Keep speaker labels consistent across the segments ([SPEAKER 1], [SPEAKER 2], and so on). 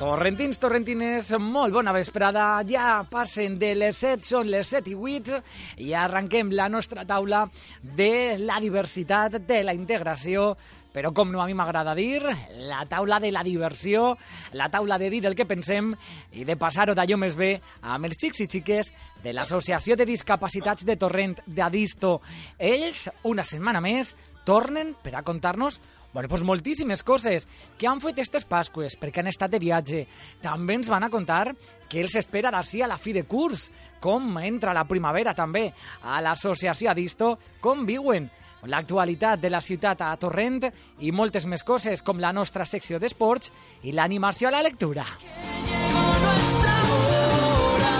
[SPEAKER 1] Torrentins, torrentines, molt bona vesprada. Ja passen de les 7, són les 7 i 8 i arrenquem la nostra taula de la diversitat, de la integració, però com no a mi m'agrada dir, la taula de la diversió, la taula de dir el que pensem i de passar-ho d'allò més bé amb els xics i xiques de l'Associació de Discapacitats de Torrent d'Adisto. Ells, una setmana més, tornen per a contar-nos Bueno, doncs moltíssimes coses que han fet aquestes Pasques, perquè han estat de viatge. També ens van a contar què els espera d'ací a la fi de curs, com entra la primavera també a l'associació Adisto, com viuen l'actualitat de la ciutat a Torrent i moltes més coses com la nostra secció d'esports i l'animació a la lectura.
[SPEAKER 2] Llegó nuestra hora.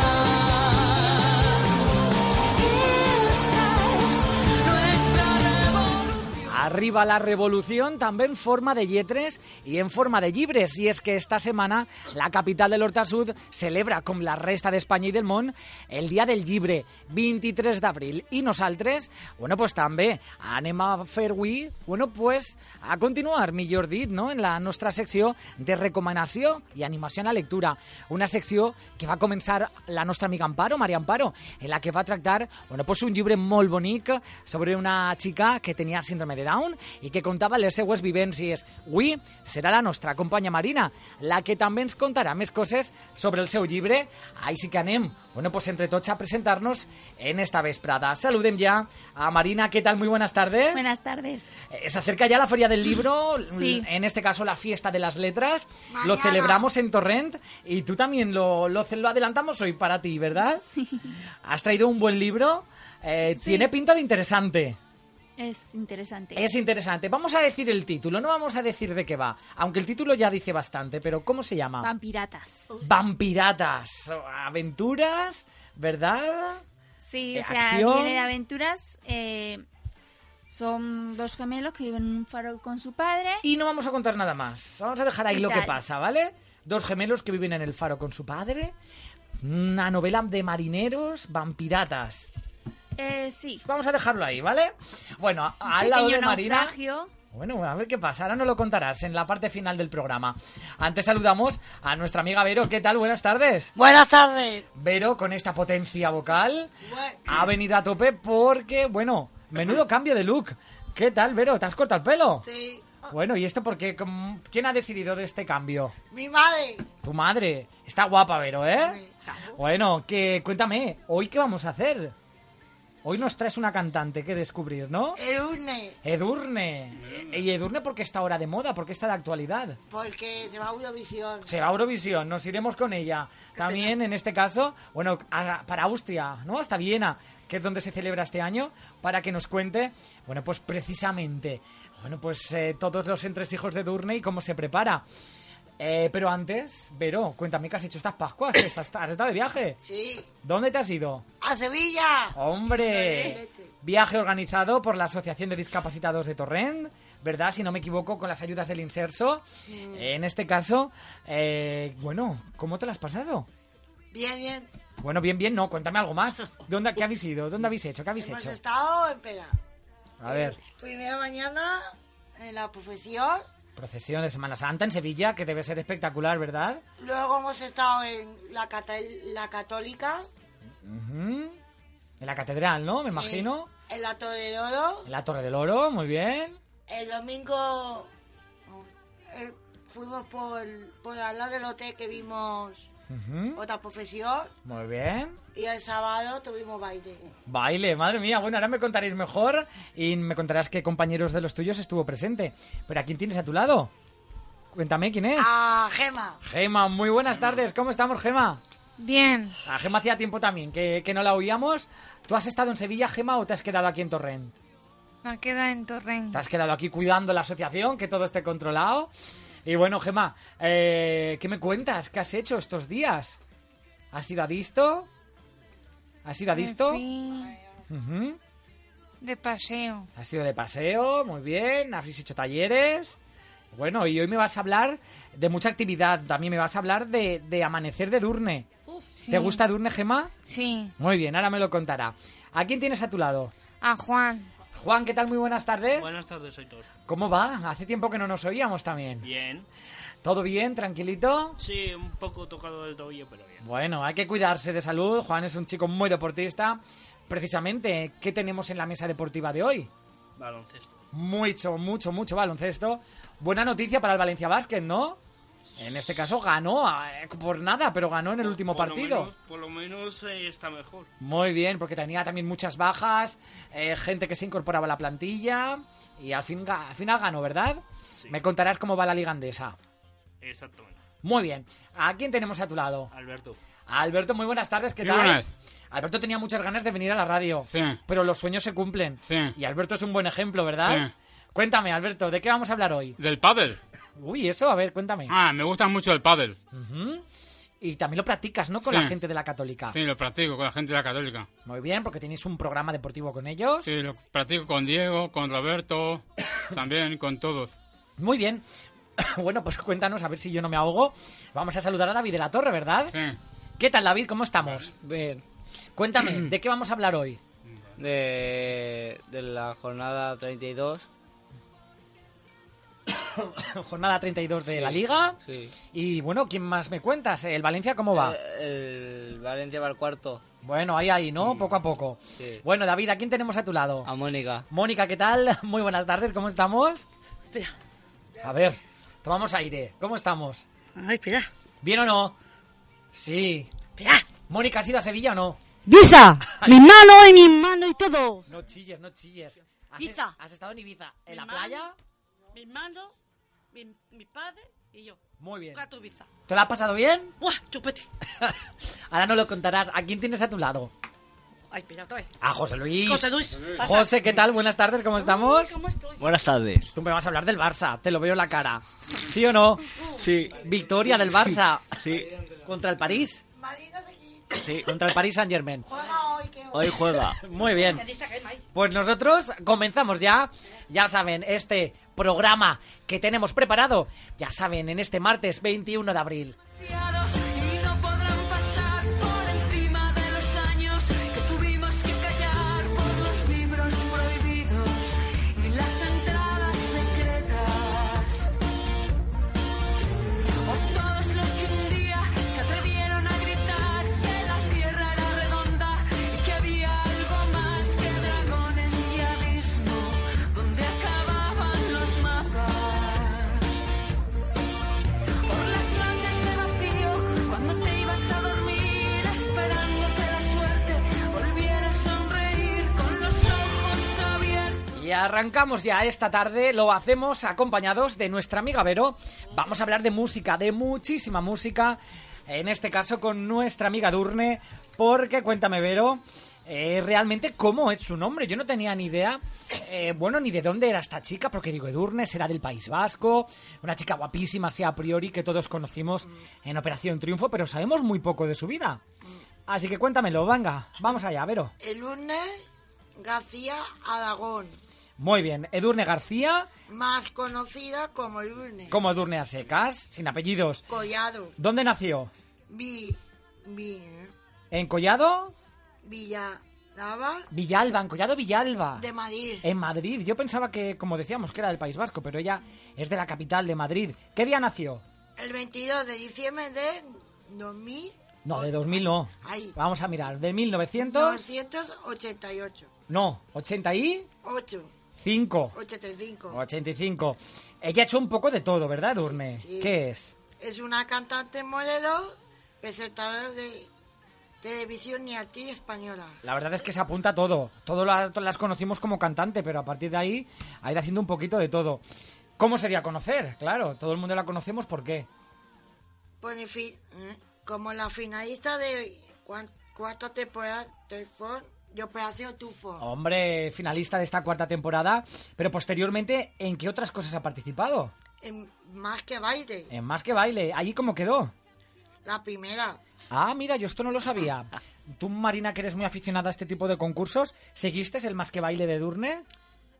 [SPEAKER 2] Esta es nuestra revolución.
[SPEAKER 1] Arriba la revolució també en forma de lletres i en forma de llibres. I és que esta setmana la capital de l'Horta Sud celebra, com la resta d'Espanya i del món, el Dia del Llibre, 23 d'abril. I nosaltres, bueno, pues també anem a fer avui, bueno, pues a continuar, millor dit, no? en la nostra secció de recomanació i animació a la lectura. Una secció que va començar la nostra amiga Amparo, Maria Amparo, en la que va tractar bueno, pues un llibre molt bonic sobre una xica que tenia síndrome de Down i que contava les seues vivències. Avui serà la nostra companya Marina, la que també ens contarà més coses sobre el seu llibre. Així que anem, bueno, pues entre tots a presentar-nos en esta vesprada. Saludem ja a Marina. ¿Qué tal? Muy buenas tardes.
[SPEAKER 3] Buenas tardes.
[SPEAKER 1] Eh, Se acerca ya la Feria del Libro,
[SPEAKER 3] Sí.
[SPEAKER 1] en este caso la Fiesta de las Letras. Lo celebramos en Torrent y tú también lo, lo, ce- lo adelantamos hoy para ti, ¿verdad? Has traído un buen libro. eh,
[SPEAKER 3] Sí.
[SPEAKER 1] Tiene pinta de interesante.
[SPEAKER 3] Es interesante.
[SPEAKER 1] Es interesante. Vamos a decir el título, no vamos a decir de qué va. Aunque el título ya dice bastante, pero ¿cómo se llama?
[SPEAKER 3] Ah. Vampiratas.
[SPEAKER 1] Vampiratas. Aventuras, ¿verdad?
[SPEAKER 3] Sí,
[SPEAKER 1] Eh,
[SPEAKER 3] o sea,
[SPEAKER 1] acción.
[SPEAKER 3] viene de aventuras. eh, son dos gemelos que viven en un farol con su padre.
[SPEAKER 1] Y no vamos a contar nada más. Vamos a dejar ahí
[SPEAKER 3] ¿Qué
[SPEAKER 1] lo que
[SPEAKER 3] tal?
[SPEAKER 1] pasa, ¿vale? Dos gemelos que viven en el faro con su padre. Una novela de marineros, vampiratas.
[SPEAKER 3] Eh, sí.
[SPEAKER 1] Vamos a dejarlo ahí, ¿vale? Bueno, a-
[SPEAKER 3] Un
[SPEAKER 1] al lado de
[SPEAKER 3] pequeño
[SPEAKER 1] Marina.
[SPEAKER 3] naufragio.
[SPEAKER 1] Bueno, a ver qué pasa. Ahora nos lo contarás en la parte final del programa. Antes saludamos a nuestra amiga Vero. ¿Qué tal? Buenas tardes.
[SPEAKER 4] Buenas tardes.
[SPEAKER 1] Vero con esta potencia vocal ha venido a tope porque, bueno, menudo cambio de look. ¿Qué tal, Vero? ¿Te has cortado el pelo?
[SPEAKER 4] Sí.
[SPEAKER 1] Bueno, ¿y esto por qué? ¿Cómo- ¿Quién ha decidido de este cambio?
[SPEAKER 4] Mi madre.
[SPEAKER 1] Tu madre. Está guapa, Vero, ¿eh?
[SPEAKER 4] Sí.
[SPEAKER 1] Bueno, que cuéntame, ¿hoy qué vamos a hacer? Hoy nos traes una cantante que descubrir, ¿no?
[SPEAKER 4] El lunes.
[SPEAKER 1] Edurne. ¿Y Edurne porque está ahora de moda? porque está de actualidad?
[SPEAKER 4] Porque se va a Eurovisión.
[SPEAKER 1] Se va a Eurovisión, nos iremos con ella. También, en este caso, bueno, a- para Austria, ¿no? Hasta Viena, que es donde se celebra este año, para que nos cuente, bueno, pues precisamente, bueno, pues eh, todos los entresijos de Durne y cómo se prepara. Eh, pero antes, Vero, cuéntame qué has hecho estas Pascuas, que estás- has estado de viaje.
[SPEAKER 4] Sí.
[SPEAKER 1] ¿Dónde te has ido?
[SPEAKER 4] A Sevilla.
[SPEAKER 1] ¡Hombre! Viaje organizado por la Asociación de Discapacitados de Torrent, ¿verdad? Si no me equivoco, con las ayudas del inserso. En este caso, eh, bueno, ¿cómo te lo has pasado?
[SPEAKER 4] Bien, bien.
[SPEAKER 1] Bueno, bien, bien, no, cuéntame algo más. ¿Dónde, ¿Qué habéis ido? ¿Dónde habéis hecho? ¿Qué habéis
[SPEAKER 4] Hemos
[SPEAKER 1] hecho?
[SPEAKER 4] estado en pena.
[SPEAKER 1] A ver,
[SPEAKER 4] Primera mañana en la profesión.
[SPEAKER 1] procesión de Semana Santa en Sevilla, que debe ser espectacular, ¿verdad?
[SPEAKER 4] Luego hemos estado en la, cata- la católica.
[SPEAKER 1] Ujú. En la catedral, ¿no? Me imagino.
[SPEAKER 4] Sí. En la Toledo.
[SPEAKER 1] En la Torre del Oro, muy bien.
[SPEAKER 4] El domingo eh, fuimos por, por al lado del hotel que vimos
[SPEAKER 1] Ujú.
[SPEAKER 4] otra profesión.
[SPEAKER 1] Muy bien.
[SPEAKER 4] Y el sábado tuvimos baile.
[SPEAKER 1] Baile, madre mía. Bueno, ahora me contaréis mejor y me contarás qué compañeros de los tuyos estuvo presente. Pero ¿a quién tienes a tu lado? Cuéntame quién es.
[SPEAKER 4] A Gema.
[SPEAKER 1] Gema, muy buenas tardes. ¿Cómo estamos, Gema?
[SPEAKER 5] Bien,
[SPEAKER 1] A Gema hacía tiempo también que, que no la oíamos. ¿Tú has estado en Sevilla, Gema, o te has quedado aquí en Torrent?
[SPEAKER 5] me queda en Torrent.
[SPEAKER 1] Te has quedado aquí cuidando la asociación, que todo esté controlado. Y bueno, Gema, eh, ¿qué me cuentas? ¿Qué has hecho estos días? ¿Has ido a Disto? ¿Has ido a
[SPEAKER 5] Me
[SPEAKER 1] Disto?
[SPEAKER 5] fui
[SPEAKER 1] Ujú.
[SPEAKER 5] de paseo.
[SPEAKER 1] Has sido de paseo, muy bien, habéis hecho talleres. Bueno, y hoy me vas a hablar de mucha actividad, también me vas a hablar de, de amanecer de Durne.
[SPEAKER 5] Sí.
[SPEAKER 1] ¿Te gusta Durne, Gema?
[SPEAKER 5] Sí,
[SPEAKER 1] Muy bien, ahora me lo contará. ¿A quién tienes a tu lado?
[SPEAKER 5] a Juan.
[SPEAKER 1] Juan, ¿qué tal? Muy buenas tardes.
[SPEAKER 6] Buenas tardes, Aitor.
[SPEAKER 1] ¿Cómo va? Hace tiempo que no nos oíamos también.
[SPEAKER 6] Bien.
[SPEAKER 1] ¿Todo bien? ¿Tranquilito?
[SPEAKER 6] Sí, un poco tocado del tobillo, pero bien.
[SPEAKER 1] Bueno, hay que cuidarse de salud. Juan es un chico muy deportista. Precisamente, ¿qué tenemos en la mesa deportiva de hoy?
[SPEAKER 6] Baloncesto.
[SPEAKER 1] Mucho, mucho, mucho baloncesto. Buena noticia para el Valencia Basket, ¿no? En este caso ganó eh, por nada, pero ganó en el último
[SPEAKER 6] Por lo
[SPEAKER 1] partido.
[SPEAKER 6] menos- por lo menos eh, está mejor.
[SPEAKER 1] Muy bien, porque tenía también muchas bajas, eh, gente que se incorporaba a la plantilla y al, fin, ga- al final ganó, ¿verdad?
[SPEAKER 6] Sí.
[SPEAKER 1] Me contarás cómo va la liga andesa.
[SPEAKER 6] Exactamente.
[SPEAKER 1] Muy bien, ¿a quién tenemos a tu lado?
[SPEAKER 6] Alberto.
[SPEAKER 1] Alberto, muy buenas tardes, ¿qué
[SPEAKER 7] Muy
[SPEAKER 1] tal?
[SPEAKER 7] buenas.
[SPEAKER 1] Alberto tenía muchas ganas de venir a la radio,
[SPEAKER 7] Sí.
[SPEAKER 1] pero los sueños se cumplen.
[SPEAKER 7] Sí.
[SPEAKER 1] Y Alberto es un buen ejemplo, ¿verdad?
[SPEAKER 7] Sí.
[SPEAKER 1] Cuéntame, Alberto, ¿de qué vamos a hablar hoy?
[SPEAKER 7] Del pádel.
[SPEAKER 1] Uy, eso, a ver, cuéntame.
[SPEAKER 7] Ah, me gusta mucho el pádel.
[SPEAKER 1] Ujú. Y también lo practicas, ¿no? Con
[SPEAKER 7] Sí.
[SPEAKER 1] la gente de la Católica.
[SPEAKER 7] Sí, lo practico con la gente de la Católica.
[SPEAKER 1] Muy bien, porque tenéis un programa deportivo con ellos.
[SPEAKER 7] Sí, lo practico con Diego, con Roberto, también con todos.
[SPEAKER 1] Muy bien. Bueno, pues cuéntanos, a ver si yo no me ahogo. Vamos a saludar a David de la Torre, ¿verdad?
[SPEAKER 7] Sí.
[SPEAKER 1] ¿Qué tal, David? ¿Cómo estamos?
[SPEAKER 8] Bien,
[SPEAKER 1] Cuéntame, ¿de qué vamos a hablar hoy?
[SPEAKER 8] de, de la jornada 32,
[SPEAKER 1] Jornada 32 de la Liga.
[SPEAKER 8] sí.
[SPEAKER 1] Y bueno, ¿quién más me cuentas? ¿El Valencia cómo va?
[SPEAKER 8] Eh, el Valencia va al cuarto,
[SPEAKER 1] Bueno, ahí, ahí,
[SPEAKER 7] mm,
[SPEAKER 1] ¿no? Poco a poco.
[SPEAKER 8] Sí.
[SPEAKER 1] Bueno, David, ¿a quién tenemos a tu lado?
[SPEAKER 8] a Mónica.
[SPEAKER 1] Mónica, ¿qué tal? Muy buenas tardes, ¿cómo estamos? A ver, tomamos aire. ¿Cómo estamos?
[SPEAKER 9] Ay, espera,
[SPEAKER 1] ¿Bien o no? Sí.
[SPEAKER 9] espera.
[SPEAKER 1] Mónica, ¿has ido a Sevilla o no?
[SPEAKER 9] ¡Visa! ¡Mis manos y mis manos y todo!
[SPEAKER 1] No chilles, no chilles. ¿Has,
[SPEAKER 9] Ibiza.
[SPEAKER 1] has estado en Ibiza? ¿En la
[SPEAKER 9] Mi madre.
[SPEAKER 1] playa?
[SPEAKER 9] Mis manos, mi, mi padre y yo.
[SPEAKER 1] Muy bien.
[SPEAKER 9] Gato Visa.
[SPEAKER 1] ¿Te lo has pasado bien?
[SPEAKER 9] ¡Buah, chupete!
[SPEAKER 1] Ahora no lo contarás. ¿A quién tienes a tu lado?
[SPEAKER 9] Ay, espera, otra vez.
[SPEAKER 1] A José Luis.
[SPEAKER 9] José Luis, pasa.
[SPEAKER 1] José, ¿qué tal? Buenas tardes, ¿cómo estamos?
[SPEAKER 9] ¿Cómo estoy?
[SPEAKER 10] Buenas tardes.
[SPEAKER 1] Tú me vas a hablar del Barça, te lo veo en la cara. ¿Sí o no?
[SPEAKER 10] Sí,
[SPEAKER 1] Victoria del Barça
[SPEAKER 10] sí,
[SPEAKER 1] contra el París,
[SPEAKER 4] Marina se aquí.
[SPEAKER 10] sí.
[SPEAKER 1] contra el París Saint Germain.
[SPEAKER 4] Juega hoy que
[SPEAKER 10] Hoy juega.
[SPEAKER 1] Muy bien.
[SPEAKER 9] Te dice que hay
[SPEAKER 1] Pues nosotros comenzamos ya, ya saben, este programa que tenemos preparado, ya saben, en este martes 21 de abril.
[SPEAKER 2] Demasiados y no podrán pasar por encima de los años que tuvimos que callar por los libros prohibidos y las entradas secretas. Por todos los que un día se atrevieron a gritar que la tierra era redonda y que había algo más que dragones y abismo donde acababan los mapas. Por las noches de vacío, cuando te ibas a dormir, esperando que la suerte volviera a sonreír con los ojos abiertos.
[SPEAKER 1] Y arrancamos ya esta tarde, lo hacemos acompañados de nuestra amiga Vero. Vamos a hablar de música, de muchísima música, en este caso con nuestra amiga Durne, porque cuéntame Vero, eh, realmente cómo es su nombre, yo no tenía ni idea, eh, bueno, ni de dónde era esta chica, porque digo, Edurne será del País Vasco, una chica guapísima, así a priori, que todos conocimos en Operación Triunfo, pero sabemos muy poco de su vida. Así que cuéntamelo, venga, vamos allá, Vero.
[SPEAKER 4] El lunes, García Aragón,
[SPEAKER 1] Muy bien, Edurne García.
[SPEAKER 4] más conocida como Lune.
[SPEAKER 1] Como Edurne a secas, sin apellidos.
[SPEAKER 4] Collado.
[SPEAKER 1] ¿Dónde nació?
[SPEAKER 4] Vi, vi, eh,
[SPEAKER 1] ¿En Collado?
[SPEAKER 4] Villalaba
[SPEAKER 1] Villalba, en Collado Villalba.
[SPEAKER 4] de Madrid.
[SPEAKER 1] En Madrid. Yo pensaba que, como decíamos, que era del País Vasco, pero ella es de la capital de Madrid. ¿Qué día nació?
[SPEAKER 4] El 22 de diciembre de 2000.
[SPEAKER 1] No, de 2000 no.
[SPEAKER 4] Ay.
[SPEAKER 1] Vamos a mirar. ¿De 1900?
[SPEAKER 4] 988.
[SPEAKER 1] No, 85.
[SPEAKER 4] 8, 85.
[SPEAKER 1] 85. Ella ha hecho un poco de todo, ¿verdad, Edurne?
[SPEAKER 4] Sí, sí.
[SPEAKER 1] ¿Qué es?
[SPEAKER 4] Es una cantante modelo, presentadora de televisión y actriz española.
[SPEAKER 1] La verdad es que se apunta a todo. Todo la- todas las conocimos como cantante, pero a partir de ahí ha ido haciendo un poquito de todo. ¿Cómo sería conocer? Claro, todo el mundo la conocemos, ¿por qué?
[SPEAKER 4] Por el fin- ¿eh? como la finalista de cuan- cuarta temporada de, Fon- de Operación Tufo.
[SPEAKER 1] Oh. Hombre, finalista de esta cuarta temporada, pero posteriormente, ¿en qué otras cosas ha participado?
[SPEAKER 4] En más que baile,
[SPEAKER 1] En Más que Baile, ¿allí cómo quedó?
[SPEAKER 4] la primera.
[SPEAKER 1] Ah, mira, yo esto no lo sabía. Tú, Marina, que eres muy aficionada a este tipo de concursos, ¿seguiste el Más que Baile de Durne?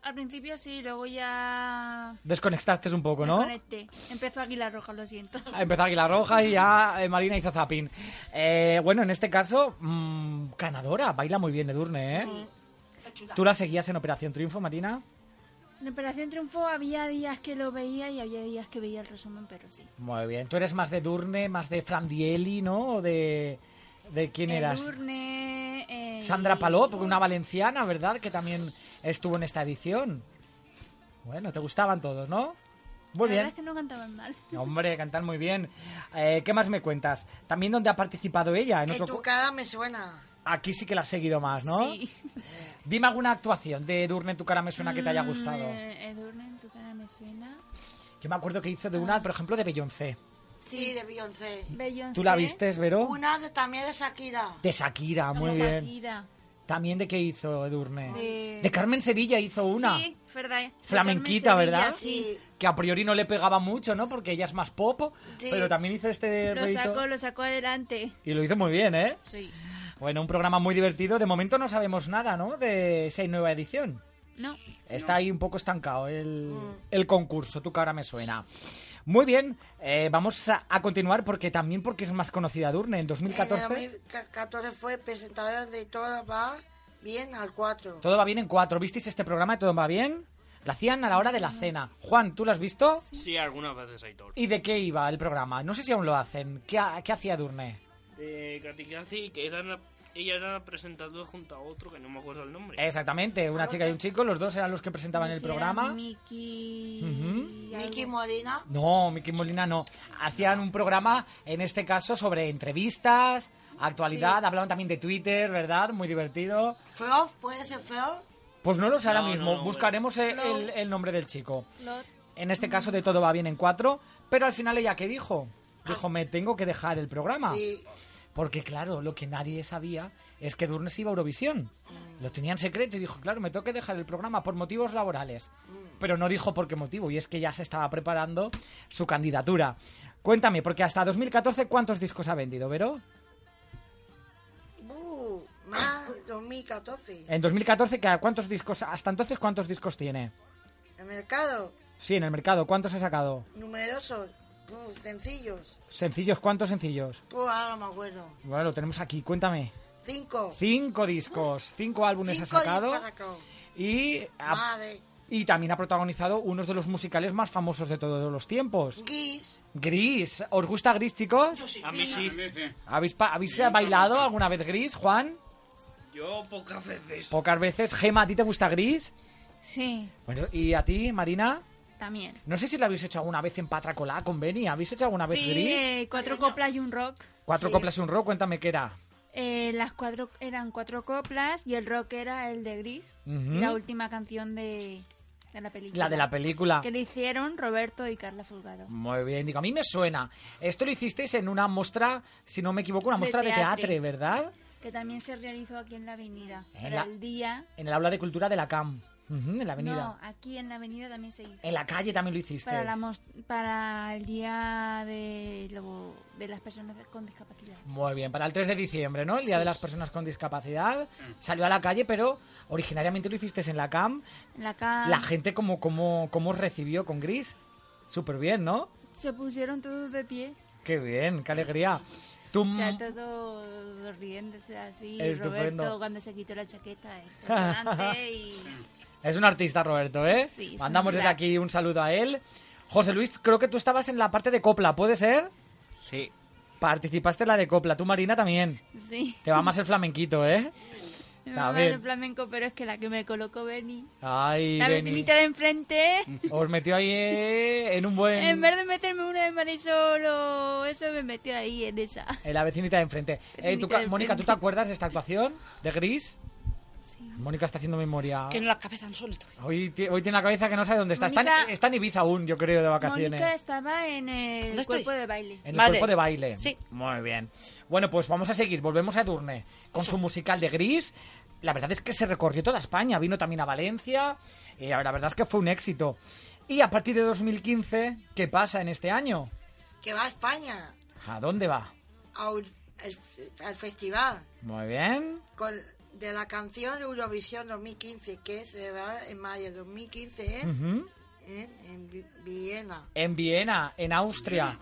[SPEAKER 3] Al principio sí, luego ya...
[SPEAKER 1] Desconectaste un poco,
[SPEAKER 3] me
[SPEAKER 1] ¿no?
[SPEAKER 3] conecté. Empezó Águila Roja, lo siento.
[SPEAKER 1] A empezar Águila Roja y ya eh, Marina hizo zapping. Eh, bueno, en este caso, mm, ganadora. Baila muy bien Edurne, ¿eh?
[SPEAKER 9] Pechuga.
[SPEAKER 1] ¿Tú la seguías en Operación Triunfo, Marina?
[SPEAKER 3] En Operación Triunfo había días que lo veía y había días que veía el resumen, pero sí.
[SPEAKER 1] Muy bien. Tú eres más de Durne, más de Frandielli, ¿no? ¿O de, de quién eras?
[SPEAKER 3] Edurne, eh,
[SPEAKER 1] Sandra Palop, una valenciana, ¿verdad? Que también estuvo en esta edición. Bueno, te gustaban todos, ¿no? Muy
[SPEAKER 3] la verdad
[SPEAKER 1] bien.
[SPEAKER 3] es que no cantaban mal.
[SPEAKER 1] Hombre, cantan muy bien. Eh, ¿Qué más me cuentas? También dónde ha participado ella. En otro cu-
[SPEAKER 4] Educada me suena.
[SPEAKER 1] Aquí sí que la has seguido más, ¿no?
[SPEAKER 3] Sí.
[SPEAKER 1] Dime alguna actuación de Durne en tu cara me suena que te haya
[SPEAKER 3] Mm,
[SPEAKER 1] gustado.
[SPEAKER 3] eh, Edurne, en tu cara me suena.
[SPEAKER 1] Yo me acuerdo que hizo de
[SPEAKER 3] Ah.
[SPEAKER 1] una, por ejemplo, de Beyoncé.
[SPEAKER 4] Sí, de Beyoncé.
[SPEAKER 1] ¿Tú la viste, Vero?
[SPEAKER 4] Una de, también de Shakira.
[SPEAKER 1] De Shakira, muy bien. También de qué hizo Edurne.
[SPEAKER 3] De-
[SPEAKER 1] Carmen Sevilla hizo una.
[SPEAKER 3] Sí, verdad.
[SPEAKER 1] Flamenquita,
[SPEAKER 3] De Carmen
[SPEAKER 1] ¿verdad?
[SPEAKER 3] Sí.
[SPEAKER 1] Que a priori no le pegaba mucho, ¿no? Porque ella es más pop,
[SPEAKER 4] Sí.
[SPEAKER 1] pero también hizo este
[SPEAKER 3] Lo
[SPEAKER 1] rollito.
[SPEAKER 3] sacó, lo sacó adelante.
[SPEAKER 1] Y lo hizo muy bien, ¿eh?
[SPEAKER 3] Sí.
[SPEAKER 1] Bueno, un programa muy divertido. De momento no sabemos nada, ¿no? De esa nueva edición.
[SPEAKER 3] No.
[SPEAKER 1] Está ahí un poco estancado el, el concurso, tú que ahora me suena. Muy bien, eh, vamos a, a continuar porque también porque es más conocida Durne. En
[SPEAKER 4] En
[SPEAKER 1] 2014
[SPEAKER 4] el 2014 fue presentadora de Toda Va Bien al 4.
[SPEAKER 1] todo va bien en cuatro. ¿Visteis este programa? ¿Todo va bien? La hacían a la hora de la cena. Juan, ¿tú lo has visto?
[SPEAKER 6] Sí, algunas veces hay toro.
[SPEAKER 1] ¿Y de qué iba el programa? No sé si aún lo hacen. ¿Qué, ha- qué hacía Durne?
[SPEAKER 6] De Eh, Katy Cathy, que era la- ella era la presentadora junto a otro que no me acuerdo el nombre.
[SPEAKER 1] Eh, Exactamente, una chica y un chico, los dos eran los que presentaban el
[SPEAKER 3] Sí, era
[SPEAKER 1] programa.
[SPEAKER 3] Miki.
[SPEAKER 1] Ujú.
[SPEAKER 3] algo.
[SPEAKER 4] Miki Molina.
[SPEAKER 1] No, Miki Molina no. Hacían un programa, en este caso, sobre entrevistas, actualidad, hablaban también de Twitter, ¿verdad? Muy divertido.
[SPEAKER 4] Feo, puede ser feo.
[SPEAKER 1] Pues no lo sé ahora
[SPEAKER 6] No, no,
[SPEAKER 1] mismo,
[SPEAKER 6] no,
[SPEAKER 1] buscaremos el, el- el nombre del chico.
[SPEAKER 3] Lo-
[SPEAKER 1] En este caso de todo va bien en cuatro, pero al final ella qué dijo? Dijo, me tengo que dejar el programa.
[SPEAKER 4] Sí.
[SPEAKER 1] Porque claro, lo que nadie sabía es que Durnes iba a Eurovisión. Lo tenían secreto y dijo, claro, me tengo que dejar el programa por motivos laborales.
[SPEAKER 4] Mm.
[SPEAKER 1] Pero no dijo por qué motivo, y es que ya se estaba preparando su candidatura. Cuéntame, porque hasta 2014, ¿cuántos discos ha vendido, Vero?
[SPEAKER 4] Uh, más 2014.
[SPEAKER 1] En 2014, ¿qué- ¿cuántos discos, hasta entonces, cuántos discos tiene?
[SPEAKER 4] El mercado,
[SPEAKER 1] Sí, en el mercado, ¿cuántos ha sacado?
[SPEAKER 4] numerosos, uh, sencillos.
[SPEAKER 1] Sencillos, ¿cuántos sencillos?
[SPEAKER 4] Pues ahora no me acuerdo.
[SPEAKER 1] Bueno, lo tenemos aquí, cuéntame.
[SPEAKER 4] Cinco.
[SPEAKER 1] Cinco discos, cinco álbumes
[SPEAKER 4] Cinco
[SPEAKER 1] ha sacado. Ah.
[SPEAKER 4] discos sacado.
[SPEAKER 1] Y ha-
[SPEAKER 4] Madre.
[SPEAKER 1] Y también ha protagonizado unos de los musicales más famosos de todos los tiempos.
[SPEAKER 4] Guis.
[SPEAKER 1] Gris. ¿Os gusta Gris, chicos?
[SPEAKER 6] A mí sí.
[SPEAKER 1] ¿Habéis, pa- ¿habéis bailado alguna vez Gris, Juan?
[SPEAKER 6] Yo pocas veces.
[SPEAKER 1] Pocas veces. Gema, ¿a ti te gusta Gris?
[SPEAKER 5] Sí.
[SPEAKER 1] Bueno, ¿y a ti, Marina?
[SPEAKER 3] También.
[SPEAKER 1] No sé si lo habéis hecho alguna vez en Patracolá con Beni. ¿Habéis hecho alguna vez
[SPEAKER 3] Sí,
[SPEAKER 1] Gris?
[SPEAKER 3] eh, cuatro coplas y un rock.
[SPEAKER 1] Cuatro
[SPEAKER 4] sí.
[SPEAKER 1] coplas y un rock, cuéntame qué era.
[SPEAKER 3] Eh, las cuatro eran cuatro coplas y el rock era el de Gris,
[SPEAKER 1] Ujú.
[SPEAKER 3] la última canción de, de la película.
[SPEAKER 1] La de la Ah. película.
[SPEAKER 3] Que le hicieron Roberto y Carla Fulgado.
[SPEAKER 1] Muy bien, digo, a mí me suena. Esto lo hicisteis en una muestra, si no me equivoco, una
[SPEAKER 3] De
[SPEAKER 1] muestra de
[SPEAKER 3] teatre.
[SPEAKER 1] teatro, ¿verdad?
[SPEAKER 3] Que también se realizó aquí en la avenida.
[SPEAKER 1] En
[SPEAKER 3] Para
[SPEAKER 1] la-
[SPEAKER 3] el día.
[SPEAKER 1] En el aula de cultura de la CAM, Ujú, en la avenida. Este
[SPEAKER 3] No, aquí en la avenida también se hizo.
[SPEAKER 1] En la calle también lo hiciste.
[SPEAKER 3] Para, la mos- para el día de, lo- de las personas con discapacidad.
[SPEAKER 1] Muy bien, para el 3 de diciembre, ¿no? El Día de las Personas con Discapacidad. Salió a la calle, pero originariamente lo hiciste en la CAM.
[SPEAKER 3] En La, ca-
[SPEAKER 1] La gente como, como, como os recibió con Gris. Súper bien, ¿no?
[SPEAKER 3] Se pusieron todos de pie.
[SPEAKER 1] Qué bien, qué alegría. Tú...
[SPEAKER 3] O sea,
[SPEAKER 1] mm,
[SPEAKER 3] todos riéndose así.
[SPEAKER 1] Estupendo.
[SPEAKER 3] Roberto cuando se quitó la chaqueta. eh, fue delante y...
[SPEAKER 1] Es un artista, Roberto, ¿eh?
[SPEAKER 3] Sí, es
[SPEAKER 1] Mandamos
[SPEAKER 3] un
[SPEAKER 1] desde
[SPEAKER 3] crack.
[SPEAKER 1] aquí un saludo a él. José Luis, creo que tú estabas en la parte de copla, ¿puede ser?
[SPEAKER 8] Sí.
[SPEAKER 1] Participaste en la de copla. Tú, Marina, también.
[SPEAKER 3] Sí.
[SPEAKER 1] Te va más el flamenquito, ¿eh?
[SPEAKER 3] Me
[SPEAKER 1] Está
[SPEAKER 3] va
[SPEAKER 1] bien.
[SPEAKER 3] el flamenco, pero es que la que me colocó Beni.
[SPEAKER 1] Ay,
[SPEAKER 3] La
[SPEAKER 1] Beni.
[SPEAKER 3] vecinita de enfrente.
[SPEAKER 1] Os metió ahí eh, en un buen...
[SPEAKER 3] En vez de meterme una de Marisol o eso, me metió ahí en esa.
[SPEAKER 1] En la vecinita de enfrente. Eh, tú,
[SPEAKER 3] Vecinita de
[SPEAKER 1] Mónica, ¿tú
[SPEAKER 3] enfrente.
[SPEAKER 1] te acuerdas de esta actuación de Gris? Mónica está haciendo memoria.
[SPEAKER 9] Que en la cabeza no suelto.
[SPEAKER 1] Hoy, ti- hoy tiene la cabeza que no sabe dónde está. Está, en,
[SPEAKER 3] Mónica-
[SPEAKER 1] está en Ibiza aún, yo creo, de vacaciones.
[SPEAKER 3] Mónica estaba en el
[SPEAKER 9] ¿Dónde estoy?
[SPEAKER 3] cuerpo de baile.
[SPEAKER 1] En el
[SPEAKER 9] Vale.
[SPEAKER 1] cuerpo de baile.
[SPEAKER 9] Sí.
[SPEAKER 1] Muy bien. Bueno, pues vamos a seguir. Volvemos a Edurne con su musical de Gris. La verdad es que se recorrió toda España. Vino también a Valencia. Y la verdad es que fue un éxito. Y a partir de 2015, ¿qué pasa en este año?
[SPEAKER 4] Que va a España.
[SPEAKER 1] ¿A dónde va?
[SPEAKER 4] a un- al, al festival
[SPEAKER 1] Muy bien.
[SPEAKER 4] con, de la canción Eurovisión 2015 que se va en mayo de 2015 en,
[SPEAKER 1] Ujú.
[SPEAKER 4] ¿eh? en- en Vi- Viena.
[SPEAKER 1] En Viena, en Austria.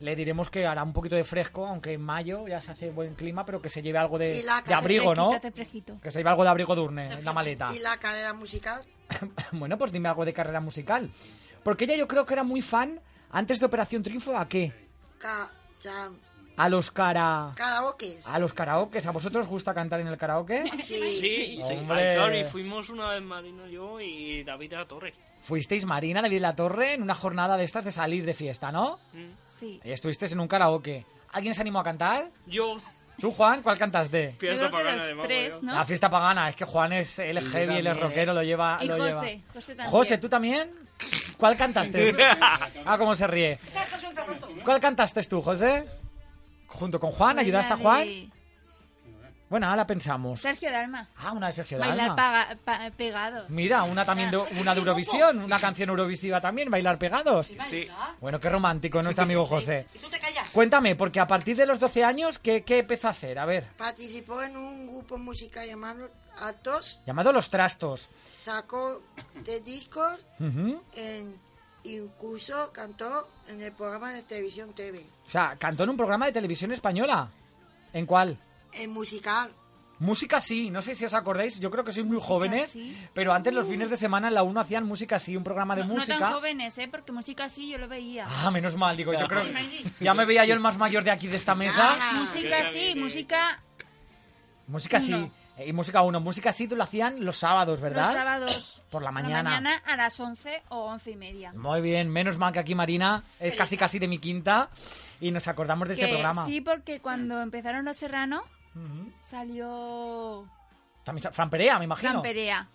[SPEAKER 1] le diremos que hará un poquito de fresco, aunque en mayo ya se hace buen clima, pero que se lleve algo de,
[SPEAKER 4] Y la
[SPEAKER 1] de
[SPEAKER 4] cadena.
[SPEAKER 1] abrigo, ¿no?
[SPEAKER 3] Fresquito, hace fresquito.
[SPEAKER 1] Que se lleve algo de abrigo durne en la maleta.
[SPEAKER 4] ¿Y la carrera musical?
[SPEAKER 1] bueno, pues dime algo de carrera musical. Porque ella yo creo que era muy fan, antes de Operación Triunfo, ¿a qué?
[SPEAKER 4] Ca chan-
[SPEAKER 1] A los cara...
[SPEAKER 4] karaoke.
[SPEAKER 1] A los karaokes. ¿A vosotros os gusta cantar en el karaoke?
[SPEAKER 4] Sí.
[SPEAKER 6] Sí,
[SPEAKER 1] Hombre.
[SPEAKER 6] sí. Claro, y fuimos una vez Marino, yo y David a la torre.
[SPEAKER 1] Fuisteis Marina, David La Torre, en una jornada de estas de salir de fiesta, ¿no?
[SPEAKER 6] Mm.
[SPEAKER 3] Sí.
[SPEAKER 1] Y estuvisteis en un karaoke. ¿Alguien se animó a cantar?
[SPEAKER 6] Yo,
[SPEAKER 1] ¿tú, Juan? ¿Cuál cantaste?
[SPEAKER 3] Yo
[SPEAKER 6] fiesta
[SPEAKER 3] creo que
[SPEAKER 6] pagana de
[SPEAKER 3] los
[SPEAKER 6] mamá,
[SPEAKER 3] tres,
[SPEAKER 6] yo.
[SPEAKER 3] ¿no?
[SPEAKER 1] La fiesta pagana. Es que Juan es el heavy, el
[SPEAKER 8] también.
[SPEAKER 1] rockero, lo lleva...
[SPEAKER 3] Y
[SPEAKER 1] ah, lo lleva.
[SPEAKER 3] José, José también.
[SPEAKER 1] José, ¿tú también? ¿Cuál cantaste? ah, cómo se ríe. ¿Cuál cantaste tú, José? Junto con Juan,
[SPEAKER 3] Fue
[SPEAKER 1] ¿ayudaste a
[SPEAKER 3] la
[SPEAKER 1] Juan?
[SPEAKER 3] de
[SPEAKER 1] Bueno, ahora pensamos.
[SPEAKER 3] Sergio Dalma.
[SPEAKER 1] Ah, una de Sergio
[SPEAKER 3] Bailar
[SPEAKER 1] Dalma.
[SPEAKER 3] paga- pa- pegados.
[SPEAKER 1] Mira, una también de, una de Eurovisión, una canción eurovisiva también, Bailar Pegados. Bueno, qué romántico nuestro amigo José.
[SPEAKER 9] ¿Y tú te callas?
[SPEAKER 1] Cuéntame, porque a partir de los 12 años, ¿qué, qué empezó a hacer? A ver,
[SPEAKER 4] Participó en un grupo musical llamado Atos.
[SPEAKER 1] llamado Los Trastos.
[SPEAKER 4] Sacó de discos
[SPEAKER 1] Ujú.
[SPEAKER 4] en, incluso cantó en el programa de televisión TV.
[SPEAKER 1] O sea, cantó en un programa de televisión española. ¿En cuál?
[SPEAKER 4] En musical.
[SPEAKER 1] Música sí, no sé si os acordáis, yo creo que sois muy jóvenes,
[SPEAKER 3] sí.
[SPEAKER 1] pero antes los fines de semana en la 1 hacían música sí, un programa de
[SPEAKER 3] No-
[SPEAKER 1] música.
[SPEAKER 3] No tan jóvenes, ¿eh? Porque música sí yo lo veía.
[SPEAKER 1] Ah, menos mal, digo, yo creo que ya me veía yo el más mayor de aquí de esta mesa.
[SPEAKER 3] música sí, música
[SPEAKER 1] Música sí, eh, y música 1, música sí tú lo hacían los sábados, ¿verdad?
[SPEAKER 3] los sábados.
[SPEAKER 1] Por la mañana.
[SPEAKER 3] a las 11 o 11 y media.
[SPEAKER 1] Muy bien, menos mal que aquí Marina es casi casi de mi quinta y nos acordamos de este
[SPEAKER 3] Que
[SPEAKER 1] programa.
[SPEAKER 3] Sí, porque cuando empezaron Los Serrano salió
[SPEAKER 1] También sa- Fran Perea, me imagino.
[SPEAKER 3] Gran Perea.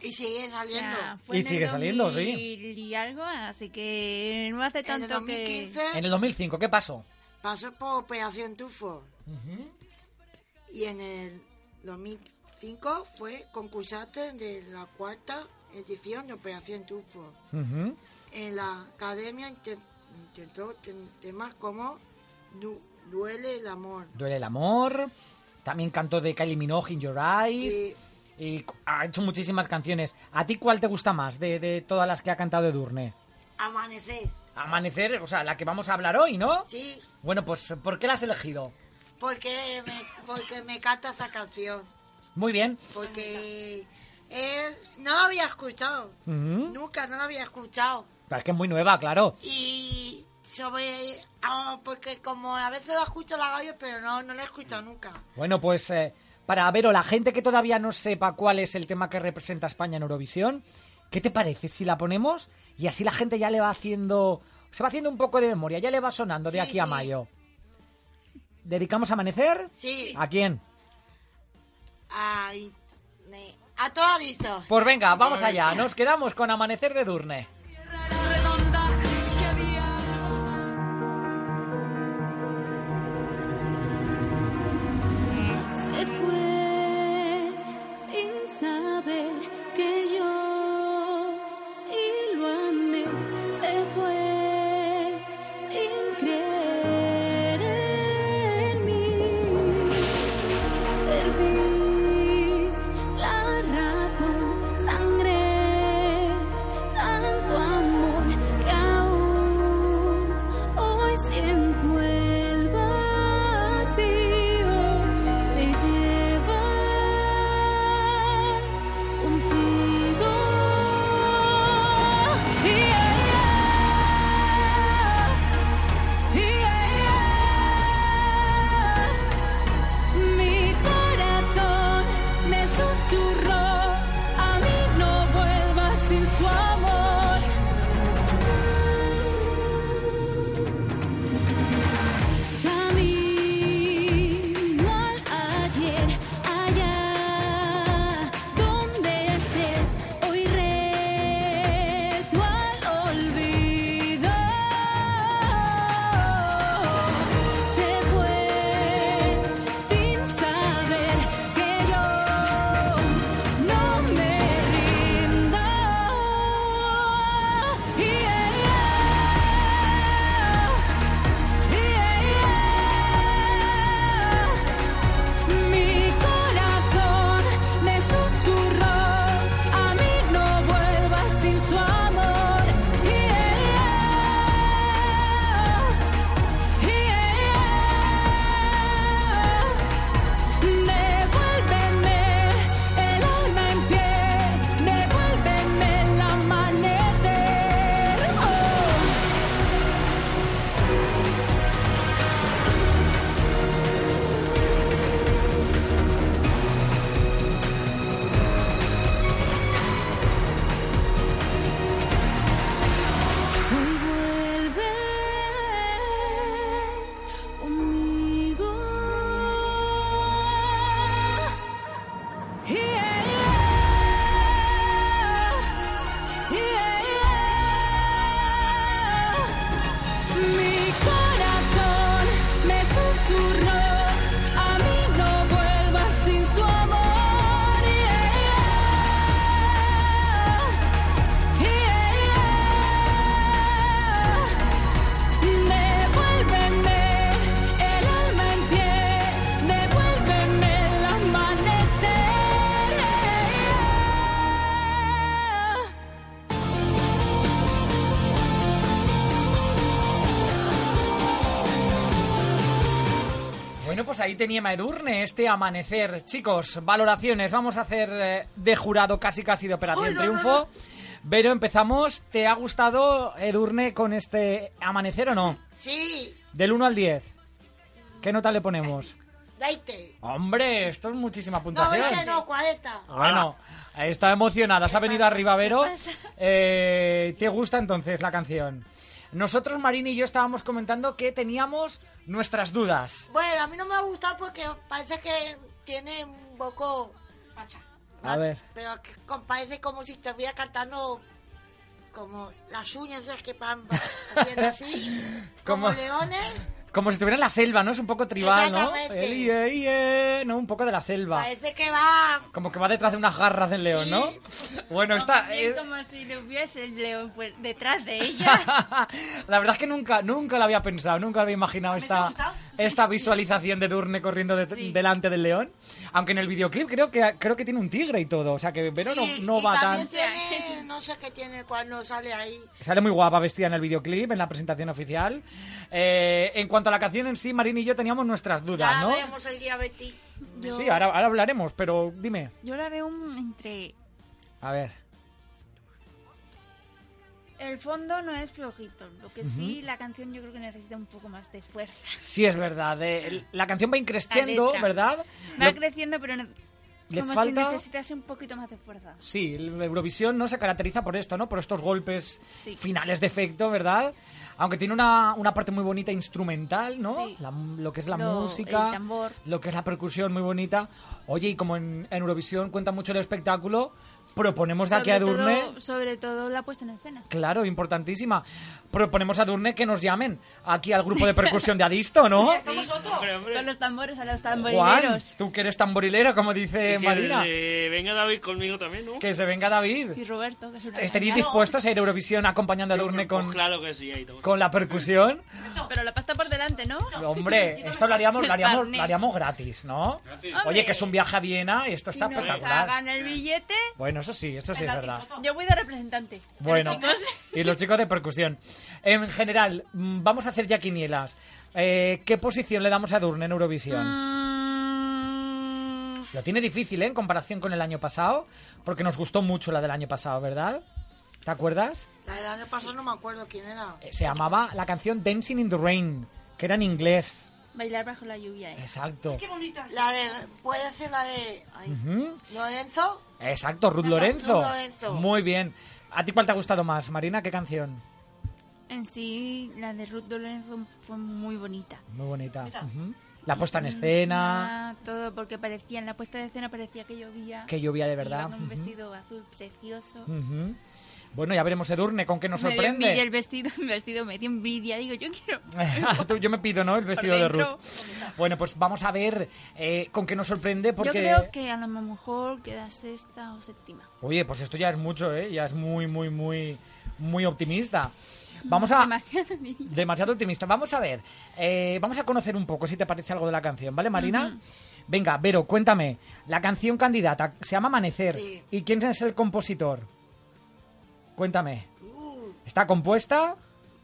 [SPEAKER 4] Y sigue
[SPEAKER 3] O sea,
[SPEAKER 4] saliendo.
[SPEAKER 3] fue
[SPEAKER 1] Y
[SPEAKER 3] en el
[SPEAKER 1] sigue saliendo, sí.
[SPEAKER 3] 2000 Y algo, así que no hace
[SPEAKER 4] en el
[SPEAKER 3] tanto que...
[SPEAKER 4] 2015
[SPEAKER 1] En el 2005, ¿qué pasó?
[SPEAKER 4] pasó por Operación Tufo. Y en el 2005 fue concursante de la cuarta edición de Operación Tufo.
[SPEAKER 1] Ujú.
[SPEAKER 4] En la academia inte- intentó tem- temas como Du- Duele el amor.
[SPEAKER 1] Duele el amor. También cantó de Kylie Minogue, In Your Eyes.
[SPEAKER 4] Sí.
[SPEAKER 1] Y cu- ha hecho muchísimas canciones. ¿A ti cuál te gusta más de, de todas las que ha cantado Edurne?
[SPEAKER 4] Amanecer.
[SPEAKER 1] Amanecer, o sea, la que vamos a hablar hoy, ¿no?
[SPEAKER 4] Sí,
[SPEAKER 1] Bueno, pues ¿por qué la has elegido?
[SPEAKER 4] porque me, porque me canta esa canción.
[SPEAKER 1] Muy bien.
[SPEAKER 4] Porque él no la había escuchado.
[SPEAKER 1] Ujú.
[SPEAKER 4] Nunca no la había escuchado.
[SPEAKER 1] Pero es que es muy nueva, claro.
[SPEAKER 4] Y sobre... ah, porque como a veces la escucho la radio, pero no, no la he escuchado nunca.
[SPEAKER 1] Bueno, pues eh, para Vero, la gente que todavía no sepa cuál es el tema que representa a España en Eurovisión, ¿qué te parece si la ponemos? Y así la gente ya le va haciendo. Se va haciendo un poco de memoria, ya le va sonando de
[SPEAKER 4] Sí,
[SPEAKER 1] aquí a
[SPEAKER 4] sí.
[SPEAKER 1] mayo. ¿Dedicamos a amanecer?
[SPEAKER 4] Sí.
[SPEAKER 1] ¿A quién?
[SPEAKER 4] Ay, ne- a todas listos.
[SPEAKER 1] Pues venga, vamos allá. Nos quedamos con Amanecer de Durne.
[SPEAKER 2] Se fue sin saber que yo sí lo amé. Se fue sin creer en mí. Perdí la razón, sangré tanto
[SPEAKER 11] Oh.
[SPEAKER 1] Bueno, pues ahí tenía Edurne este amanecer. Chicos, valoraciones. Vamos a hacer eh, de jurado casi casi de Operación Triunfo. Pero empezamos. ¿Te ha gustado Edurne con este amanecer o no?
[SPEAKER 4] Sí,
[SPEAKER 1] Del 1 al 10. ¿Qué nota le ponemos?
[SPEAKER 4] 20.
[SPEAKER 1] Hombre, esto es muchísima
[SPEAKER 4] No,
[SPEAKER 1] puntuación.
[SPEAKER 4] 20 no, 40.
[SPEAKER 1] Bueno, está emocionada. Se ha venido arriba, Vero. Eh, ¿Te gusta entonces la canción? Nosotros, Marín y yo, estábamos comentando que teníamos nuestras dudas.
[SPEAKER 4] Bueno, a mí no me va a gustar porque parece que tiene un poco... Pacha.
[SPEAKER 1] A ver.
[SPEAKER 4] Pero que com- parece como si estuviera cantando como las uñas esas que van haciendo así, como
[SPEAKER 1] Como-
[SPEAKER 4] leones.
[SPEAKER 1] Como si estuviera en la selva, ¿no? Es un poco tribal, ¿no?
[SPEAKER 4] Exactamente.
[SPEAKER 1] El iye, iye, ¿no? Un poco de la selva.
[SPEAKER 4] Parece que va...
[SPEAKER 1] Como que va detrás de unas garras del león, ¿no? Bueno, eh, está...
[SPEAKER 3] Es como si le hubiese el león pues, detrás de ella.
[SPEAKER 1] la verdad es que nunca, nunca lo había pensado, nunca había imaginado esta, esta visualización de Durne corriendo de- delante del león. Aunque en el videoclip creo que, creo que tiene un tigre y todo, o sea que Vero
[SPEAKER 4] Sí,
[SPEAKER 1] no, no
[SPEAKER 4] y
[SPEAKER 1] va
[SPEAKER 4] también
[SPEAKER 1] tan...
[SPEAKER 4] tiene, no sé qué tiene cuando sale ahí.
[SPEAKER 1] Sale muy guapa vestida en el videoclip, en la presentación oficial. Eh, en cuanto a la canción en sí, Marín y yo teníamos nuestras dudas,
[SPEAKER 4] Ya
[SPEAKER 1] ¿no?
[SPEAKER 4] vemos el día 20.
[SPEAKER 3] Yo,
[SPEAKER 1] Sí, ahora, ahora hablaremos, pero dime.
[SPEAKER 3] yo la veo un- entre...
[SPEAKER 1] A ver.
[SPEAKER 3] El fondo no es flojito, lo que sí la canción yo creo que necesita un poco más de fuerza.
[SPEAKER 1] Sí, es verdad. eh, el- la canción va increciendo,
[SPEAKER 3] letra.
[SPEAKER 1] ¿verdad?
[SPEAKER 3] Va
[SPEAKER 1] Lo-
[SPEAKER 3] creciendo, pero ne-
[SPEAKER 1] ¿Le
[SPEAKER 3] como si
[SPEAKER 1] falta?
[SPEAKER 3] necesitase un poquito más de fuerza.
[SPEAKER 1] Sí, el- Eurovisión no se caracteriza por esto, ¿no? Por estos golpes
[SPEAKER 3] Sí.
[SPEAKER 1] finales de efecto, ¿verdad? Aunque tiene una, una parte muy bonita instrumental, ¿no?
[SPEAKER 3] Sí.
[SPEAKER 1] La- lo que es la
[SPEAKER 3] Lo-
[SPEAKER 1] música,
[SPEAKER 3] el tambor.
[SPEAKER 1] lo que es la percusión muy bonita. Oye, y como en, en Eurovisión cuenta mucho el espectáculo, proponemos de aquí a Durne...
[SPEAKER 3] todo, sobre todo la puesta en escena.
[SPEAKER 1] Claro, importantísima. Proponemos a Durne que nos llamen aquí al grupo de percusión de Adisto, ¿no?
[SPEAKER 6] Hombre, hombre.
[SPEAKER 3] Con los tambores, a los
[SPEAKER 1] Juan,
[SPEAKER 3] tamborileros.
[SPEAKER 1] tú que eres tamborilero, como dice
[SPEAKER 6] Y que
[SPEAKER 1] Eh, Marina.
[SPEAKER 6] desde- venga David conmigo también, ¿no?
[SPEAKER 1] Que se venga David.
[SPEAKER 3] Y Roberto, que es una
[SPEAKER 1] ¿Estaríais
[SPEAKER 3] ganga.
[SPEAKER 1] dispuestos a ir a Eurovisión acompañando a Durne
[SPEAKER 6] Pues
[SPEAKER 1] con,
[SPEAKER 6] claro que sí, ahí todo.
[SPEAKER 1] con la percusión?
[SPEAKER 3] Pero la pasta por delante, ¿no?
[SPEAKER 1] Hombre, esto lo haríamos, lo haríamos,
[SPEAKER 3] Barney.
[SPEAKER 1] lo haríamos gratis, ¿no? Oye, que es un viaje a Viena y esto está
[SPEAKER 3] Si nos
[SPEAKER 1] espectacular.
[SPEAKER 3] pagan el billete,
[SPEAKER 1] Bueno, eso sí, eso sí es verdad.
[SPEAKER 3] yo voy de representante. Pero,
[SPEAKER 1] Bueno,
[SPEAKER 3] chicos,
[SPEAKER 1] y los chicos de percusión. En general, mm, vamos a hacer ya quinielas. Eh, ¿Qué posición le damos a Durne en Eurovisión?
[SPEAKER 3] mm,
[SPEAKER 1] Lo tiene difícil, ¿eh? En comparación con el año pasado, porque nos gustó mucho la del año pasado, ¿verdad? ¿Te acuerdas?
[SPEAKER 4] La del año pasado no me acuerdo quién era.
[SPEAKER 1] Eh, Se llamaba la canción Dancing in the Rain, que era en inglés.
[SPEAKER 3] bailar bajo la lluvia, ¿eh?
[SPEAKER 1] Exacto.
[SPEAKER 4] La de... Puede ser la de... ay,
[SPEAKER 1] Ujú.
[SPEAKER 4] Lorenzo.
[SPEAKER 1] ¿Mm? Exacto, Ruth Lorenzo.
[SPEAKER 4] Ruth Lorenzo.
[SPEAKER 1] Muy bien. ¿A ti cuál te ha gustado más, Marina? ¿Qué canción?
[SPEAKER 3] En sí, la de Ruth Dolores fue, fue muy bonita.
[SPEAKER 1] Muy bonita. Ujú. La puesta en escena,
[SPEAKER 3] Ah, todo, porque parecía, en la puesta de escena parecía que llovía.
[SPEAKER 1] que llovía de
[SPEAKER 3] Iba
[SPEAKER 1] verdad.
[SPEAKER 3] con un
[SPEAKER 1] Ujú.
[SPEAKER 3] vestido azul precioso.
[SPEAKER 1] Ujú. Bueno, ya veremos Edurne con qué nos
[SPEAKER 3] Me dio envidia el
[SPEAKER 1] sorprende.
[SPEAKER 3] vestido, el vestido me dio envidia. Digo, yo quiero...
[SPEAKER 1] Tú, yo me pido, ¿no? El vestido de
[SPEAKER 3] Por
[SPEAKER 1] Ruth.
[SPEAKER 3] dentro.
[SPEAKER 1] Bueno, pues vamos a ver eh, con qué nos sorprende porque...
[SPEAKER 3] Yo creo que a lo mejor queda sexta o séptima.
[SPEAKER 1] Oye, pues esto ya es mucho, ¿eh? Ya es muy, muy, muy, muy optimista. Vamos a...
[SPEAKER 3] Demasiado niña.
[SPEAKER 1] Demasiado optimista. Vamos a ver. eh, vamos a conocer un poco si te parece algo de la canción, ¿vale, Marina? Venga, Vero, cuéntame. La canción candidata se llama Amanecer.
[SPEAKER 4] Sí.
[SPEAKER 1] ¿Y quién es el compositor? Cuéntame.
[SPEAKER 4] Uh,
[SPEAKER 1] Está compuesta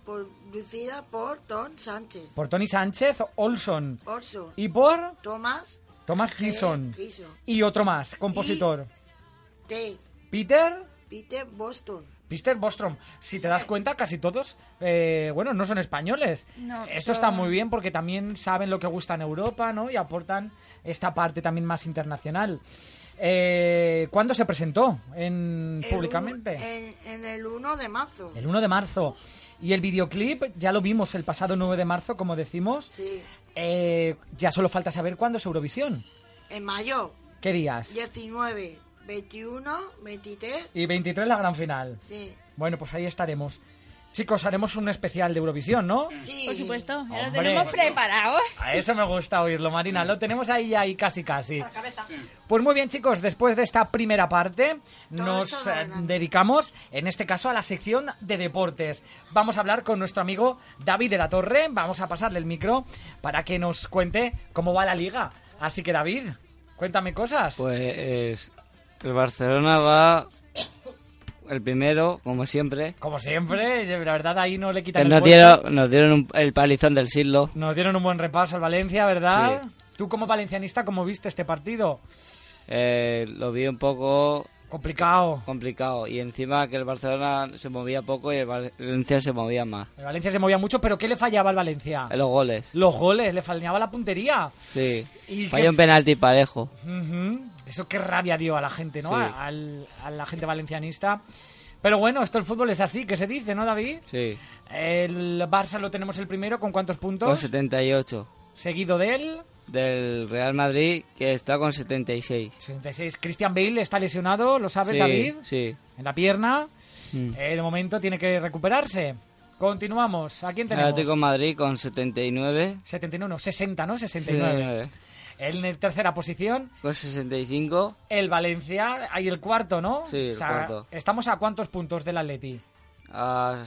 [SPEAKER 4] por, lucida por Don Sánchez.
[SPEAKER 1] por Tony Sánchez Olson
[SPEAKER 4] Orso.
[SPEAKER 1] y por
[SPEAKER 4] Tomás.
[SPEAKER 1] Thomas
[SPEAKER 4] Gison.
[SPEAKER 1] Gison. Y otro más, compositor.
[SPEAKER 4] T.
[SPEAKER 1] Peter.
[SPEAKER 4] Peter Boston.
[SPEAKER 1] Peter Bostrom, si te das cuenta, casi todos, eh, bueno, no son españoles.
[SPEAKER 3] No,
[SPEAKER 1] Esto
[SPEAKER 3] son-
[SPEAKER 1] está muy bien porque también saben lo que gusta en Europa, ¿no? Y aportan esta parte también más internacional. Eh, ¿Cuándo se presentó en,
[SPEAKER 4] El
[SPEAKER 1] públicamente?
[SPEAKER 4] un- eh, En, en el 1 de marzo.
[SPEAKER 1] El 1 de marzo. Y el videoclip ya lo vimos el pasado 9 de marzo, como decimos.
[SPEAKER 4] Sí.
[SPEAKER 1] Eh, ya solo falta saber cuándo es Eurovisión.
[SPEAKER 4] En mayo.
[SPEAKER 1] ¿Qué días?
[SPEAKER 4] 19, 21, 23.
[SPEAKER 1] Y 23 la gran final.
[SPEAKER 4] Sí.
[SPEAKER 1] Bueno, pues ahí estaremos. Chicos, haremos un especial de Eurovisión, ¿no?
[SPEAKER 4] Sí.
[SPEAKER 3] Por supuesto, ya lo
[SPEAKER 1] Hombre.
[SPEAKER 3] tenemos preparado.
[SPEAKER 1] A eso me gusta oírlo, Marina. Lo tenemos ahí, ahí, casi, casi. Pues muy bien, chicos, después de esta primera parte, nos
[SPEAKER 4] eso
[SPEAKER 1] eh,
[SPEAKER 4] bailando.
[SPEAKER 1] dedicamos, en este caso, a la sección de deportes. Vamos a hablar con nuestro amigo David de la Torre. Vamos a pasarle el micro para que nos cuente cómo va la liga. Así que, David, cuéntame cosas.
[SPEAKER 8] Pues el Barcelona va el primero, como siempre.
[SPEAKER 1] Como siempre, eh, la verdad, ahí no le
[SPEAKER 8] Que
[SPEAKER 1] quitan el
[SPEAKER 8] nos
[SPEAKER 1] puesto.
[SPEAKER 8] dieron, nos dieron un- el palizón del siglo.
[SPEAKER 1] Nos dieron un buen repaso al Valencia, ¿verdad?
[SPEAKER 8] Sí.
[SPEAKER 1] Tú como valencianista, ¿cómo viste este partido?
[SPEAKER 8] Eh, lo vi un poco
[SPEAKER 1] Complicado.
[SPEAKER 8] complicado y encima que el Barcelona se movía poco y el Valencia se movía más.
[SPEAKER 1] El Valencia se movía mucho, pero ¿qué le fallaba al Valencia?
[SPEAKER 8] Eh, Los goles,
[SPEAKER 1] Los goles, le falneaba la puntería.
[SPEAKER 8] sí.
[SPEAKER 1] ¿Y qué-
[SPEAKER 8] Falló un penalti parejo.
[SPEAKER 1] Ujú. Eso qué rabia dio a la gente, ¿no?
[SPEAKER 8] Sí.
[SPEAKER 1] A- al- a la gente valencianista. Pero bueno, esto el fútbol es así, que se dice, ¿no, David?
[SPEAKER 8] Sí.
[SPEAKER 1] El Barça lo tenemos el primero, ¿con cuántos
[SPEAKER 8] Con
[SPEAKER 1] puntos?
[SPEAKER 8] 78
[SPEAKER 1] Seguido de él,
[SPEAKER 8] del Real Madrid que está con 76.
[SPEAKER 1] 66. Christian Bale está lesionado, ¿lo sabes,
[SPEAKER 8] sí,
[SPEAKER 1] David?
[SPEAKER 8] Sí.
[SPEAKER 1] En la pierna.
[SPEAKER 8] Mm.
[SPEAKER 1] Eh, de momento tiene que recuperarse. Continuamos. ¿A quién tenemos?
[SPEAKER 8] Atlético de Madrid con 79.
[SPEAKER 1] 79, 60, ¿no? 69.
[SPEAKER 8] 69.
[SPEAKER 1] En el- tercera posición,
[SPEAKER 8] Con 65.
[SPEAKER 1] el Valencia. Ahí el cuarto, ¿no?
[SPEAKER 8] Sí, el cuarto.
[SPEAKER 1] ¿Estamos a cuántos puntos del Atleti?
[SPEAKER 8] a,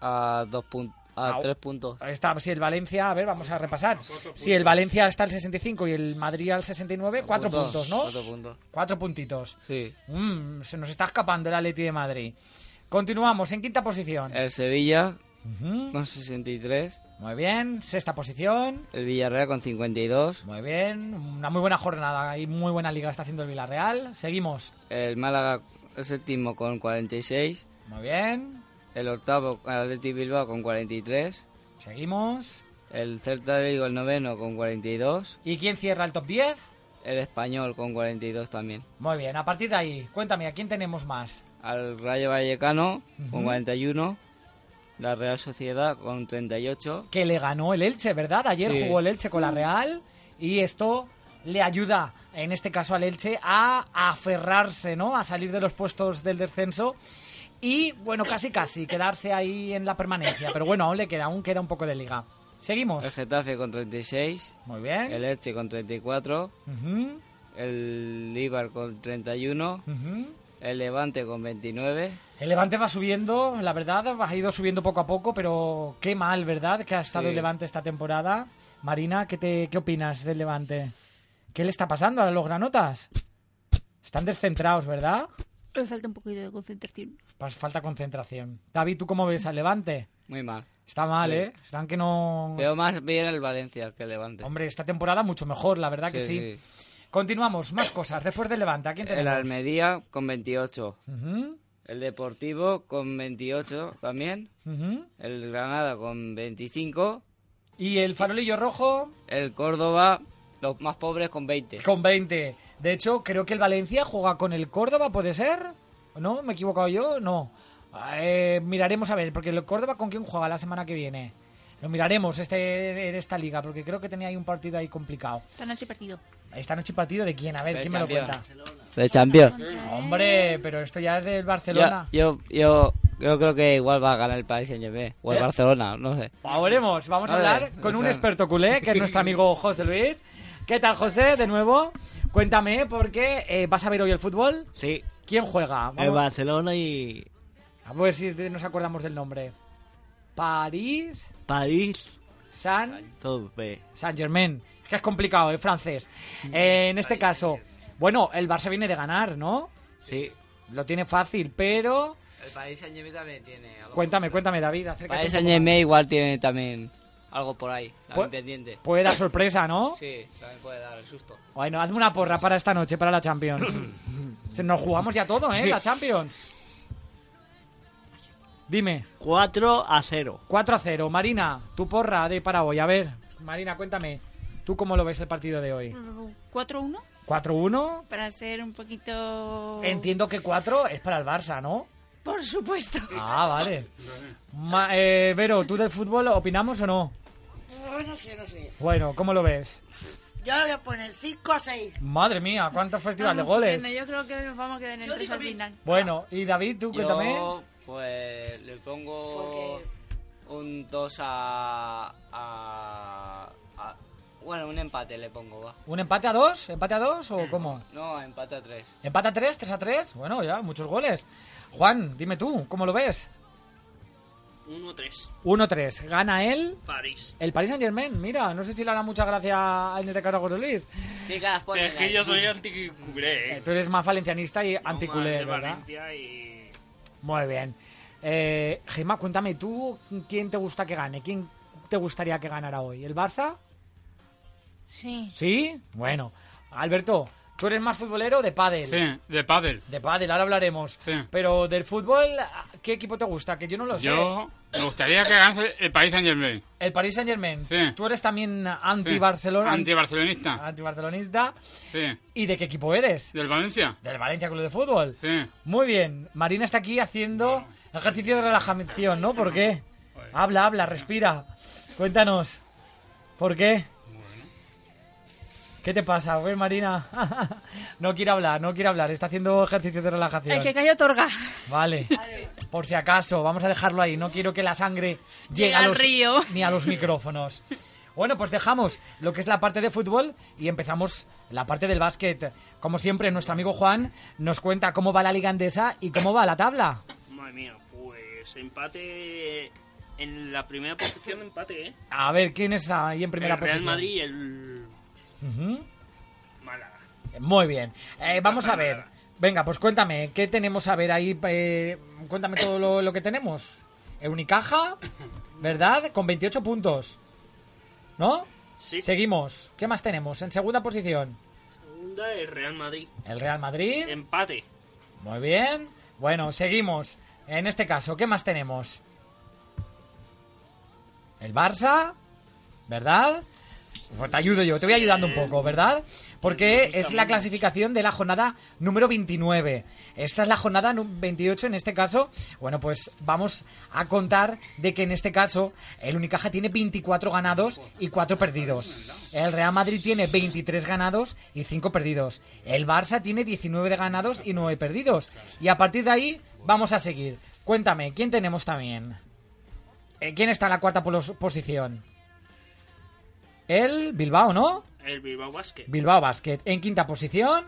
[SPEAKER 8] a, dos pun- a
[SPEAKER 1] Au.
[SPEAKER 8] tres puntos.
[SPEAKER 1] Está, si el Valencia, a ver, vamos a repasar. Si el Valencia está al 65 y el Madrid al 69, Eh, cuatro
[SPEAKER 8] Puntos,
[SPEAKER 1] puntos, ¿no?
[SPEAKER 8] Cuatro puntos,
[SPEAKER 1] Cuatro puntitos.
[SPEAKER 8] sí.
[SPEAKER 1] Mm, se nos está escapando el Atleti de Madrid. Continuamos en quinta posición.
[SPEAKER 8] El Sevilla
[SPEAKER 1] Ujú.
[SPEAKER 8] con 63.
[SPEAKER 1] Muy bien, sexta posición.
[SPEAKER 8] El Villarreal con 52.
[SPEAKER 1] Muy bien, una muy buena jornada y muy buena liga está haciendo el Villarreal. Seguimos.
[SPEAKER 8] El Málaga el séptimo con 46.
[SPEAKER 1] Muy bien,
[SPEAKER 8] El octavo el Atleti Bilbao con 43.
[SPEAKER 1] seguimos.
[SPEAKER 8] El Celta de Vigo el noveno con 42.
[SPEAKER 1] ¿Y quién cierra el top 10?
[SPEAKER 8] El Español con 42 también.
[SPEAKER 1] Muy bien, a partir de ahí, cuéntame, ¿a quién tenemos más?
[SPEAKER 8] Al Rayo Vallecano con 41. La Real Sociedad con 38.
[SPEAKER 1] que le ganó el Elche, ¿verdad? Ayer
[SPEAKER 8] Sí.
[SPEAKER 1] jugó el Elche con la Real y esto le ayuda, en este caso al Elche, a aferrarse, ¿no? A salir de los puestos del descenso y, bueno, casi casi quedarse ahí en la permanencia. Pero bueno, aún le queda, aún queda un poco de liga.
[SPEAKER 8] El
[SPEAKER 1] Seguimos.
[SPEAKER 8] Getafe con 36.
[SPEAKER 1] Muy bien.
[SPEAKER 8] El Elche con 34.
[SPEAKER 1] Ujú,
[SPEAKER 8] El Líbar con 31.
[SPEAKER 1] ujú.
[SPEAKER 8] El Levante con 29.
[SPEAKER 1] El Levante va subiendo, la verdad, ha ido subiendo poco a poco, pero qué mal, ¿verdad? Que ha estado
[SPEAKER 8] Sí.
[SPEAKER 1] el Levante esta temporada. Marina, ¿qué, te, ¿qué opinas del Levante? ¿Qué le está pasando a los granotas? Están descentrados, ¿verdad?
[SPEAKER 3] Me falta un poquito de concentración.
[SPEAKER 1] Pas- Falta concentración. David, ¿tú cómo ves al Levante?
[SPEAKER 8] Muy mal.
[SPEAKER 1] Está mal,
[SPEAKER 8] Sí.
[SPEAKER 1] ¿eh? Están que no...
[SPEAKER 8] Veo más bien el Valencia que el Levante.
[SPEAKER 1] Hombre, esta temporada mucho mejor, la verdad que sí.
[SPEAKER 8] Sí,
[SPEAKER 1] Continuamos, más cosas. Después del Levante, ¿a quién
[SPEAKER 8] El
[SPEAKER 1] tenemos?
[SPEAKER 8] Almería con 28.
[SPEAKER 1] Ujú,
[SPEAKER 8] El Deportivo con 28 también.
[SPEAKER 1] ujú.
[SPEAKER 8] El Granada con 25.
[SPEAKER 1] Y el farolillo rojo...
[SPEAKER 8] El Córdoba, los más pobres, con 20.
[SPEAKER 1] Con 20. De hecho, creo que el Valencia juega con el Córdoba, ¿puede ser? ¿No? ¿Me he equivocado yo? No. Eh, miraremos a ver, porque el Córdoba con quién juega la semana que viene. Lo miraremos este, en esta liga, porque creo que tenía ahí un partido ahí complicado.
[SPEAKER 3] Esta noche partido.
[SPEAKER 1] Esta noche partido de quién, a ver,
[SPEAKER 8] Del
[SPEAKER 1] ¿quién me lo
[SPEAKER 8] Champions.
[SPEAKER 1] cuenta?
[SPEAKER 8] De Champions.
[SPEAKER 3] Contra
[SPEAKER 1] Hombre, pero esto ya es del
[SPEAKER 8] Yo,
[SPEAKER 1] Barcelona.
[SPEAKER 8] yo, yo, yo creo que igual va a ganar el Paris Saint Germain. O el
[SPEAKER 1] ¿Eh?
[SPEAKER 8] Barcelona, no sé.
[SPEAKER 1] Ahora veremos, vamos a
[SPEAKER 8] Vale,
[SPEAKER 1] hablar con un
[SPEAKER 8] está.
[SPEAKER 1] experto culé, que es nuestro amigo José Luis. ¿Qué tal, José? De nuevo, cuéntame, porque eh, vas a ver hoy el fútbol.
[SPEAKER 10] Sí,
[SPEAKER 1] ¿Quién juega?
[SPEAKER 10] el
[SPEAKER 1] Vamos-
[SPEAKER 10] Barcelona y
[SPEAKER 1] A ver si te- nos acordamos del nombre. París
[SPEAKER 10] París,
[SPEAKER 1] San
[SPEAKER 10] Torpe.
[SPEAKER 1] Saint Germain. Es que es complicado, es francés. Eh, en este caso, bueno, el Barça viene de ganar, ¿no?
[SPEAKER 10] Sí,
[SPEAKER 1] Lo tiene fácil, pero
[SPEAKER 8] El Paris Saint Germain también tiene algo.
[SPEAKER 1] cuéntame, cuéntame, David. este
[SPEAKER 8] El
[SPEAKER 1] acércate
[SPEAKER 8] Paris
[SPEAKER 1] un
[SPEAKER 8] Saint
[SPEAKER 1] poco más.
[SPEAKER 8] Germain igual tiene también algo por ahí,
[SPEAKER 1] Pues-
[SPEAKER 8] también pendiente.
[SPEAKER 1] Puede dar sorpresa, ¿no?
[SPEAKER 8] Sí, también puede dar el susto.
[SPEAKER 1] Bueno, hazme una porra para esta noche, para la Champions. Se- Nos jugamos ya todo, ¿eh? La Champions. Dime,
[SPEAKER 10] 4 a 0.
[SPEAKER 1] 4 a 0. Marina, tu porra de para hoy. A ver, Marina, cuéntame, ¿tú cómo lo ves el partido de hoy?
[SPEAKER 3] 4-1
[SPEAKER 1] 4-1.
[SPEAKER 3] para ser un poquito.
[SPEAKER 1] Entiendo que 4 es para el Barça, ¿no?
[SPEAKER 3] Oh. Por supuesto.
[SPEAKER 1] Ah, vale. Ma- eh, Vero, ¿tú del fútbol opinamos o no?
[SPEAKER 4] Pues no sé, no sé.
[SPEAKER 1] Bueno, ¿cómo lo ves?
[SPEAKER 4] Yo le voy a poner 5 a 6.
[SPEAKER 1] Madre mía, ¿cuántos festival de
[SPEAKER 3] Vamos,
[SPEAKER 1] goles?
[SPEAKER 3] bueno, Yo creo que nos vamos a quedar en el 3 al final.
[SPEAKER 1] Bueno, y David, tú cuéntame.
[SPEAKER 8] Yo, pues, le pongo un 2 a, a, a- Bueno, un empate le pongo, va.
[SPEAKER 1] ¿Un empate a 2? ¿Empate a 2 o cómo?
[SPEAKER 8] No, empate a 3.
[SPEAKER 1] ¿Empate a 3? ¿3 a 3? Bueno, ya, muchos goles. Juan, dime tú, ¿cómo lo ves?
[SPEAKER 6] 1-3.
[SPEAKER 1] 1-3. Gana él.
[SPEAKER 6] París.
[SPEAKER 1] El Paris Saint Germain, mira, no sé si le hará mucha gracia a este caso a José Luis.
[SPEAKER 6] Es que yo soy anticulé,
[SPEAKER 1] Eh,
[SPEAKER 6] eh.
[SPEAKER 1] Tú eres más valencianista y anticulé,
[SPEAKER 6] No, más de
[SPEAKER 1] ¿verdad?
[SPEAKER 6] Valencia y...
[SPEAKER 1] Muy bien. Eh, Gemma, cuéntame tú, ¿quién te gusta que gane? ¿Quién te gustaría que ganara hoy? ¿El Barça?
[SPEAKER 5] Sí.
[SPEAKER 1] ¿Sí? Bueno. Alberto, tú eres más futbolero de pádel.
[SPEAKER 7] Sí, de pádel.
[SPEAKER 1] De pádel, ahora hablaremos.
[SPEAKER 7] Sí.
[SPEAKER 1] Pero del fútbol, ¿qué equipo te gusta? Que yo no lo
[SPEAKER 7] Yo
[SPEAKER 1] sé.
[SPEAKER 7] me gustaría que ganase el país Saint Germain.
[SPEAKER 1] El Paris Saint Germain.
[SPEAKER 7] Sí.
[SPEAKER 1] Tú eres también anti-Barcelona. Ah.
[SPEAKER 7] Antibarcelonista.
[SPEAKER 1] Anti-barcelonista.
[SPEAKER 7] Sí.
[SPEAKER 1] ¿Y de qué equipo eres?
[SPEAKER 7] Del Valencia.
[SPEAKER 1] Del Valencia Club de Fútbol.
[SPEAKER 7] Sí.
[SPEAKER 1] Muy bien. Marina está aquí haciendo ejercicio de relajación, ¿no? ¿Por qué? Habla, habla, respira. Cuéntanos. ¿Por qué? ¿Qué te pasa? Pues Marina, no quiere hablar, no quiere hablar. Está haciendo ejercicio de relajación.
[SPEAKER 3] El que cayó otorga.
[SPEAKER 1] Vale. Por si acaso, vamos a dejarlo ahí. No quiero que la sangre llegue
[SPEAKER 3] Llega
[SPEAKER 1] a
[SPEAKER 3] al
[SPEAKER 1] los,
[SPEAKER 3] río.
[SPEAKER 1] ni a los micrófonos. Bueno, pues dejamos lo que es la parte de fútbol y empezamos la parte del básquet. Como siempre, nuestro amigo Juan nos cuenta cómo va la liga andesa y cómo va la tabla.
[SPEAKER 6] Madre mía, pues empate en la primera posición, empate, ¿eh?
[SPEAKER 1] A ver, ¿quién está ahí en primera
[SPEAKER 6] el Real
[SPEAKER 1] posición?
[SPEAKER 6] Madrid y el
[SPEAKER 1] Ujú.
[SPEAKER 6] Málaga.
[SPEAKER 1] Muy bien. Eh, vamos a ver. Venga, pues cuéntame, ¿qué tenemos a ver ahí? Eh, cuéntame todo lo, lo que tenemos. Eh, Unicaja, ¿verdad? Con 28 puntos. ¿No?
[SPEAKER 6] Sí.
[SPEAKER 1] Seguimos. ¿Qué más tenemos? En segunda posición,
[SPEAKER 6] Segunda, el Real Madrid.
[SPEAKER 1] el Real Madrid.
[SPEAKER 6] Empate.
[SPEAKER 1] Muy bien. Bueno, seguimos. En este caso, ¿qué más tenemos? El Barça, ¿verdad? Pues te ayudo yo, te voy ayudando un poco, ¿verdad? Porque es la clasificación de la jornada número 29. Esta es la jornada nu- 28 en este caso. Bueno, pues vamos a contar de que en este caso el Unicaja tiene 24 ganados y 4 perdidos. El Real Madrid tiene 23 ganados y 5 perdidos. El Barça tiene 19 de ganados y 9 perdidos. Y a partir de ahí vamos a seguir. Cuéntame, ¿quién tenemos también? Eh, ¿Quién está en la cuarta polos- posición? El Bilbao, ¿no?
[SPEAKER 6] El Bilbao Basket.
[SPEAKER 1] Bilbao Basket. En quinta posición.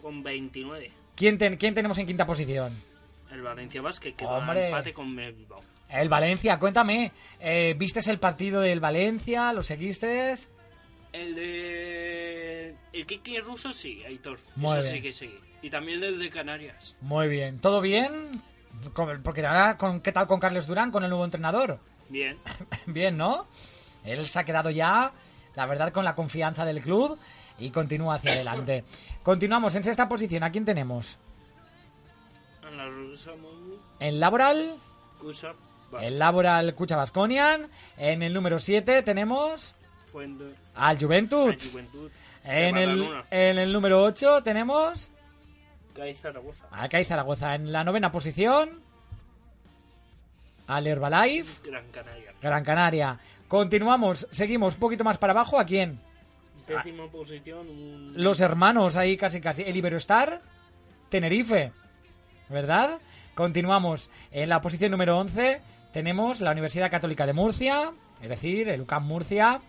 [SPEAKER 6] Con 29.
[SPEAKER 1] ¿Quién, ten- quién tenemos en quinta posición?
[SPEAKER 6] El Valencia Basket, que va
[SPEAKER 1] Hombre.
[SPEAKER 6] a empate con el Bilbao.
[SPEAKER 1] El Valencia, cuéntame. eh, ¿Vistes el partido del Valencia? ¿Lo seguiste?
[SPEAKER 6] El de... El Kiki ruso, sí, Aitor.
[SPEAKER 1] Muy
[SPEAKER 6] Eso sí
[SPEAKER 1] bien.
[SPEAKER 6] que sí. Y también el de Canarias.
[SPEAKER 1] Muy bien. ¿Todo bien? Con- Porque ahora, con, ¿qué tal con Carlos Durán, con el nuevo entrenador?
[SPEAKER 6] Bien.
[SPEAKER 1] Bien, ¿no? Él se ha quedado ya, la verdad, con la confianza del club y continúa hacia adelante. Continuamos en sexta posición. ¿A quién tenemos?
[SPEAKER 6] A la rusa, Mou,
[SPEAKER 1] En Laboral.
[SPEAKER 6] Cusa, Basket,
[SPEAKER 1] El Laboral Cucha Basconian. En el número 7 tenemos
[SPEAKER 6] Fuente,
[SPEAKER 1] al Juventud.
[SPEAKER 6] la Juventud,
[SPEAKER 1] En
[SPEAKER 6] de
[SPEAKER 1] el, eh.
[SPEAKER 6] Badalona,
[SPEAKER 1] en el número 8 tenemos
[SPEAKER 6] CAI Zaragoza,
[SPEAKER 1] al CAI Zaragoza. En la novena posición al Herbalife
[SPEAKER 6] Gran Canaria.
[SPEAKER 1] Gran Canaria. Continuamos, seguimos un poquito más para abajo. ¿A quién?
[SPEAKER 6] Décima posición, un...
[SPEAKER 1] Los hermanos ahí casi casi. El Iberostar, Tenerife. ¿Verdad? Continuamos. En la posición número 11 tenemos la Universidad Católica de Murcia, es decir, el UCAM Murcia.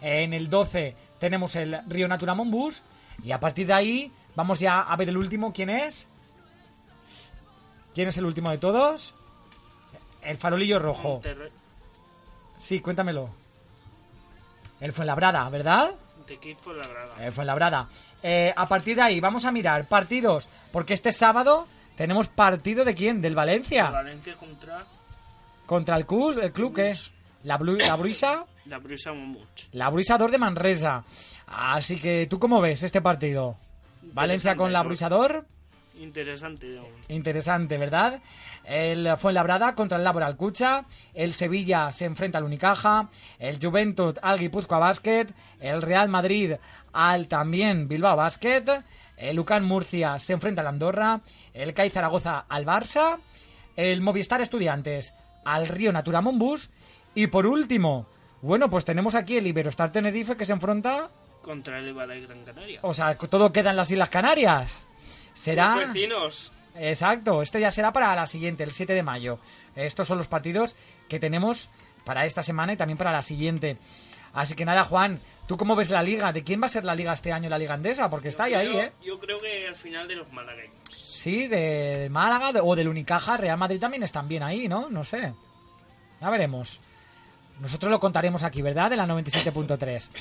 [SPEAKER 1] En el 12 tenemos el Río Natura Mombus. Y a partir de ahí vamos ya a ver el último. ¿Quién es? ¿Quién es el último de todos? El farolillo rojo.
[SPEAKER 6] Monterrey,
[SPEAKER 1] Sí, cuéntamelo. El Fuenlabrada, ¿verdad?
[SPEAKER 6] Tequil fue la grada.
[SPEAKER 1] Eh, Fuenlabrada. Eh, a partir de ahí, vamos a mirar partidos. Porque este sábado tenemos partido de quién? Del Valencia.
[SPEAKER 6] Valencia contra
[SPEAKER 1] Contra el club, el club que es la, Blu- la Bruisa.
[SPEAKER 6] la Brusa Momuch.
[SPEAKER 1] La Bruisador de Manresa. Así que, ¿tú cómo ves este partido? Valencia con la
[SPEAKER 6] ¿no?
[SPEAKER 1] Bruisador.
[SPEAKER 6] Interesante,
[SPEAKER 1] Eh.
[SPEAKER 6] digamos.
[SPEAKER 1] Interesante, ¿verdad? El Fuenlabrada contra el Laboral Cucha, el Sevilla se enfrenta al Unicaja, el Juventud al Guipúzcoa Basket, el Real Madrid al también Bilbao Basket, el Lucán Murcia se enfrenta al Andorra, el CAI Zaragoza al Barça, el Movistar Estudiantes al Río Natura Mombus y por último, bueno, pues tenemos aquí el Iberostar Tenerife que se enfrenta,
[SPEAKER 6] Contra el Valle Gran Canaria.
[SPEAKER 1] o sea, todo queda en las Islas Canarias. Será
[SPEAKER 6] Los vecinos.
[SPEAKER 1] Exacto, este ya será para la siguiente, el 7 de mayo. Estos son los partidos que tenemos para esta semana y también para la siguiente. Así que nada, Juan, ¿tú cómo ves la liga? ¿De quién va a ser la liga este año, la liga andesa? Porque está ahí, ahí,
[SPEAKER 6] Yo-
[SPEAKER 1] ¿eh?
[SPEAKER 6] Yo creo que al final de los malagueños.
[SPEAKER 1] Sí, de Málaga de- o del Unicaja, Real Madrid también están bien ahí, ¿no? No sé. Ya veremos. Nosotros lo contaremos aquí, ¿verdad? De la 97.3.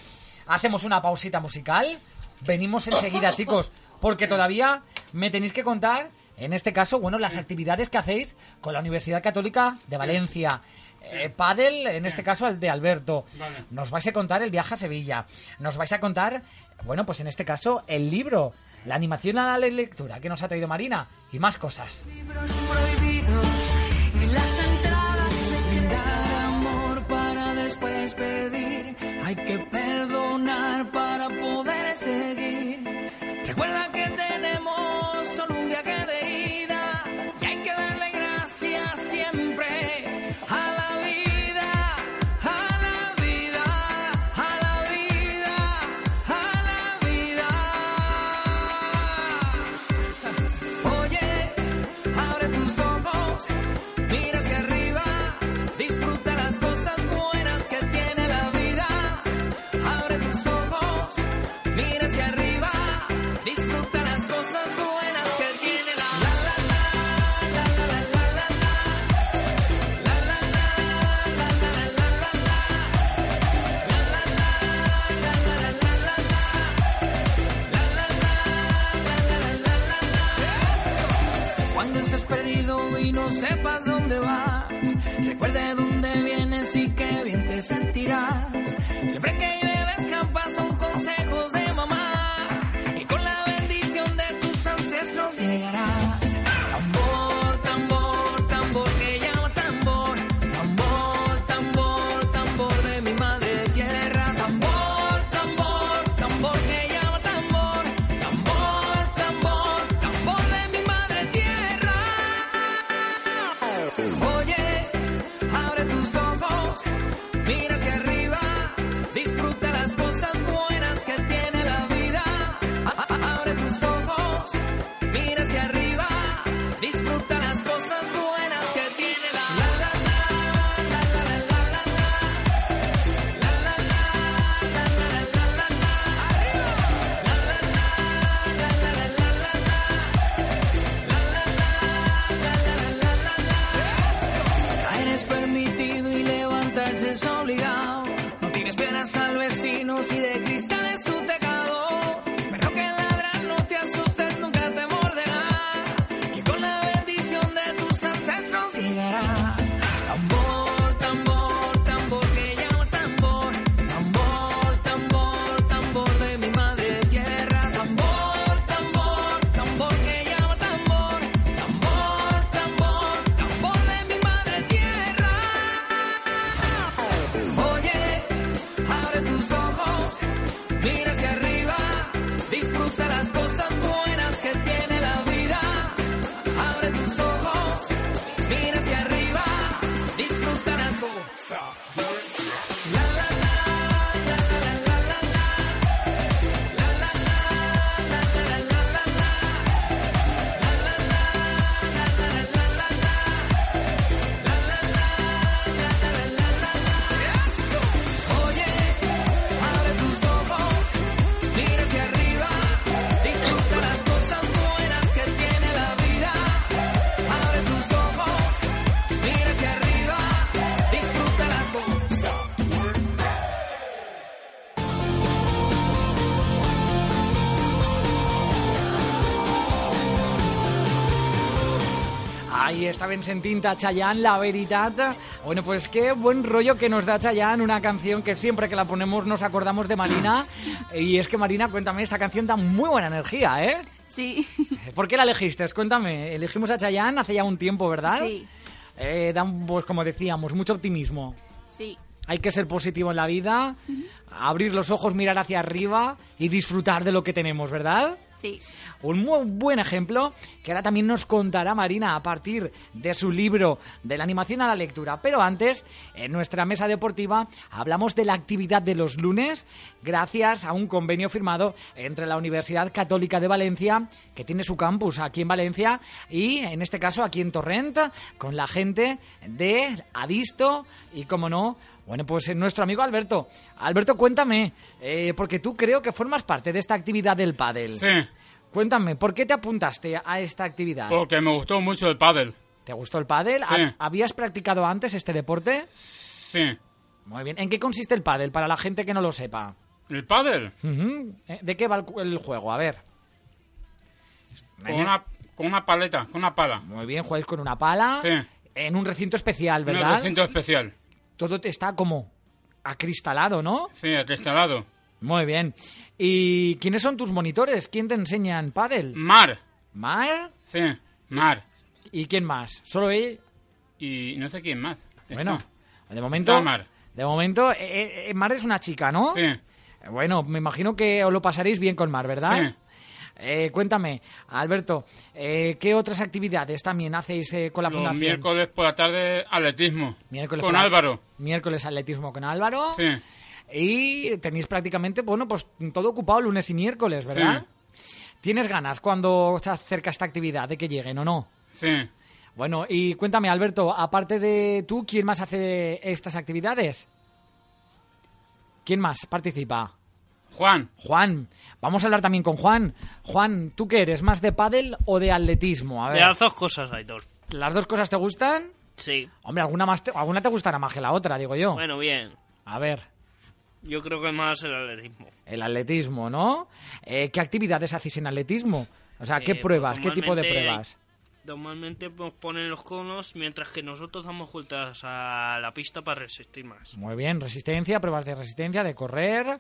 [SPEAKER 1] Hacemos una pausita musical. Venimos enseguida, chicos, porque todavía me tenéis que contar, en este caso, bueno, las actividades que hacéis con la Universidad Católica de Valencia. eh, pádel, en este caso al de Alberto. Nos vais a contar el viaje a Sevilla. Nos vais a contar, bueno, pues en este caso, el libro, la animación a la lectura que nos ha traído Marina y más cosas.
[SPEAKER 2] libros prohibidos y las entradas se quedaron.
[SPEAKER 11] Dar amor para después pedir. Hay que perdonar para poder seguir. Recuerda que tenemos solo un viaje de ida y hay que darle gracias siempre a la vida, a la vida, a la vida, a la vida. Oye, abre tus ojos, mira hacia arriba. Disfruta las cosas buenas que tiene la vida. Abre tus ojos, mira hacia arriba. Disfruta las cosas buenas que tiene la vida.
[SPEAKER 2] Cuando estés perdido y no sepas dónde vas,
[SPEAKER 11] Recuerda de dónde vienes y qué bien te sentirás. Siempre que bebes campa son consejos de mamá. Y con la bendición de tus ancestros llegarás. Tambor, tambor, tambor que llama tambor. Tambor, tambor, tambor de mi madre tierra. Tambor, tambor, tambor que llama tambor. Tambor, tambor, tambor de mi madre tierra. Oye. Abre tus ojos, mira hacia arriba, disfruta las cosas buenas que tiene la vida. A- a- Abre tus ojos, mira hacia arriba, disfruta las cosas buenas que tiene la vida. Caer es permitido y levantarse es obligado. No tienes penas al vecino si de cristal es tu tecado. Pero que ladrar no te asustes, nunca te morderá. Que con la bendición de tus ancestros llegarás. Tambor, tambor, tambor que llama tambor. Tambor, tambor, tambor de mi madre tierra. Tambor, tambor, tambor que llama tambor. Tambor, tambor, tambor de mi madre tierra. Oye, abre tus ojos, mira hacia arriba, disfruta las cosas buenas que tiene la vida. Abre tus ojos, mira hacia arriba, disfruta las cosas. Oye, abre tus ojos, mira hacia arriba, disfruta las cosas buenas que tiene la vida. Abre tus ojos, mira hacia arriba, disfruta las cosas buenas.
[SPEAKER 1] Ahí estaven sentint a Chayanne, la veritat. Bueno, pues qué buen rollo que nos da Chayanne, una canción que siempre que la ponemos nos acordamos de Marina. Y es que Marina, cuéntame, esta canción da muy buena energía, ¿eh?
[SPEAKER 12] Sí.
[SPEAKER 1] ¿Por qué la elegiste? Cuéntame, elegimos a Chayanne hace ya un tiempo, ¿verdad?
[SPEAKER 12] Sí.
[SPEAKER 1] Eh, da, un- pues como decíamos, mucho optimismo.
[SPEAKER 12] Sí.
[SPEAKER 1] Hay que ser positivo en la vida, abrir los ojos, mirar hacia arriba y disfrutar de lo que tenemos, ¿verdad?
[SPEAKER 12] Sí.
[SPEAKER 1] Un muy buen ejemplo que ahora también nos contará Marina a partir de su libro de la animación a la lectura. Pero antes, en nuestra mesa deportiva hablamos de la actividad de los lunes gracias a un convenio firmado entre la Universidad Católica de Valencia, que tiene su campus aquí en Valencia, y en este caso aquí en Torrent, con la gente de Adisto y, como no, bueno, pues eh, nuestro amigo Alberto. Alberto, cuéntame, eh, porque tú creo que formas parte de esta actividad del pádel.
[SPEAKER 7] Sí.
[SPEAKER 1] Cuéntame, ¿por qué te apuntaste a esta actividad?
[SPEAKER 7] Porque me gustó mucho el pádel.
[SPEAKER 1] ¿Te gustó el pádel?
[SPEAKER 7] Oh. Sí.
[SPEAKER 1] ¿Ha- ¿Habías practicado antes este deporte?
[SPEAKER 7] Sí.
[SPEAKER 1] Muy bien. ¿En qué consiste el pádel para la gente que no lo sepa?
[SPEAKER 7] ¿El pádel?
[SPEAKER 1] Ujú. Eh, ¿De qué va el cu- el juego? A ver.
[SPEAKER 7] Con una, con una paleta, con una pala.
[SPEAKER 1] Muy bien, jugáis con una pala.
[SPEAKER 7] Sí.
[SPEAKER 1] En un recinto especial,
[SPEAKER 7] Un
[SPEAKER 1] ¿verdad?
[SPEAKER 7] recinto especial.
[SPEAKER 1] Todo te está como acristalado, ¿no?
[SPEAKER 7] Sí, acristalado.
[SPEAKER 1] Muy bien. ¿Y quiénes son tus monitores? ¿Quién te enseñan pádel?
[SPEAKER 7] Mar.
[SPEAKER 1] ¿Mar?
[SPEAKER 7] Sí, Mar.
[SPEAKER 1] ¿Y quién más? ¿Solo él?
[SPEAKER 7] Y no sé quién más.
[SPEAKER 1] Bueno,
[SPEAKER 7] Está.
[SPEAKER 1] de momento...
[SPEAKER 7] Está Mar.
[SPEAKER 1] De momento, eh, eh, Mar es una chica, ¿no?
[SPEAKER 7] Sí.
[SPEAKER 1] Bueno, me imagino que os lo pasaréis bien con Mar, ¿verdad?
[SPEAKER 7] Sí.
[SPEAKER 1] Eh, cuéntame, Alberto, eh, ¿qué otras actividades también hacéis eh, con la
[SPEAKER 7] Los
[SPEAKER 1] fundación?
[SPEAKER 7] miércoles por la tarde, atletismo.
[SPEAKER 1] Miércoles
[SPEAKER 7] con
[SPEAKER 1] por la-
[SPEAKER 7] Álvaro.
[SPEAKER 1] Miércoles atletismo con Álvaro.
[SPEAKER 7] Sí.
[SPEAKER 1] Y tenéis prácticamente, bueno, pues todo ocupado lunes y miércoles, ¿verdad? ¿Tienes ganas cuando se acerca esta actividad de que lleguen o no?
[SPEAKER 7] Sí.
[SPEAKER 1] Bueno, y cuéntame, Alberto, aparte de tú, ¿quién más hace estas actividades? ¿Quién más participa?
[SPEAKER 7] Juan.
[SPEAKER 1] Juan. Vamos a hablar también con Juan. Juan, ¿tú qué eres? ¿Más de pádel o de atletismo? A
[SPEAKER 6] De
[SPEAKER 1] ver.
[SPEAKER 6] las dos cosas, Aitor.
[SPEAKER 1] ¿Las dos cosas te gustan?
[SPEAKER 6] Sí.
[SPEAKER 1] Hombre, alguna, más te, alguna te gustará más que la otra, digo yo.
[SPEAKER 6] Bueno, bien.
[SPEAKER 1] A ver,
[SPEAKER 6] Yo creo que más el atletismo.
[SPEAKER 1] el atletismo, ¿no? Eh, ¿Qué actividades hacéis en atletismo? O sea, ¿qué
[SPEAKER 6] Eh, pues,
[SPEAKER 1] pruebas? ¿Qué tipo de
[SPEAKER 6] normalmente-
[SPEAKER 1] pruebas?
[SPEAKER 6] Normalmente nos ponen los conos mientras que nosotros damos vueltas a la pista para resistir más.
[SPEAKER 1] Muy bien, resistencia, pruebas de resistencia, de correr.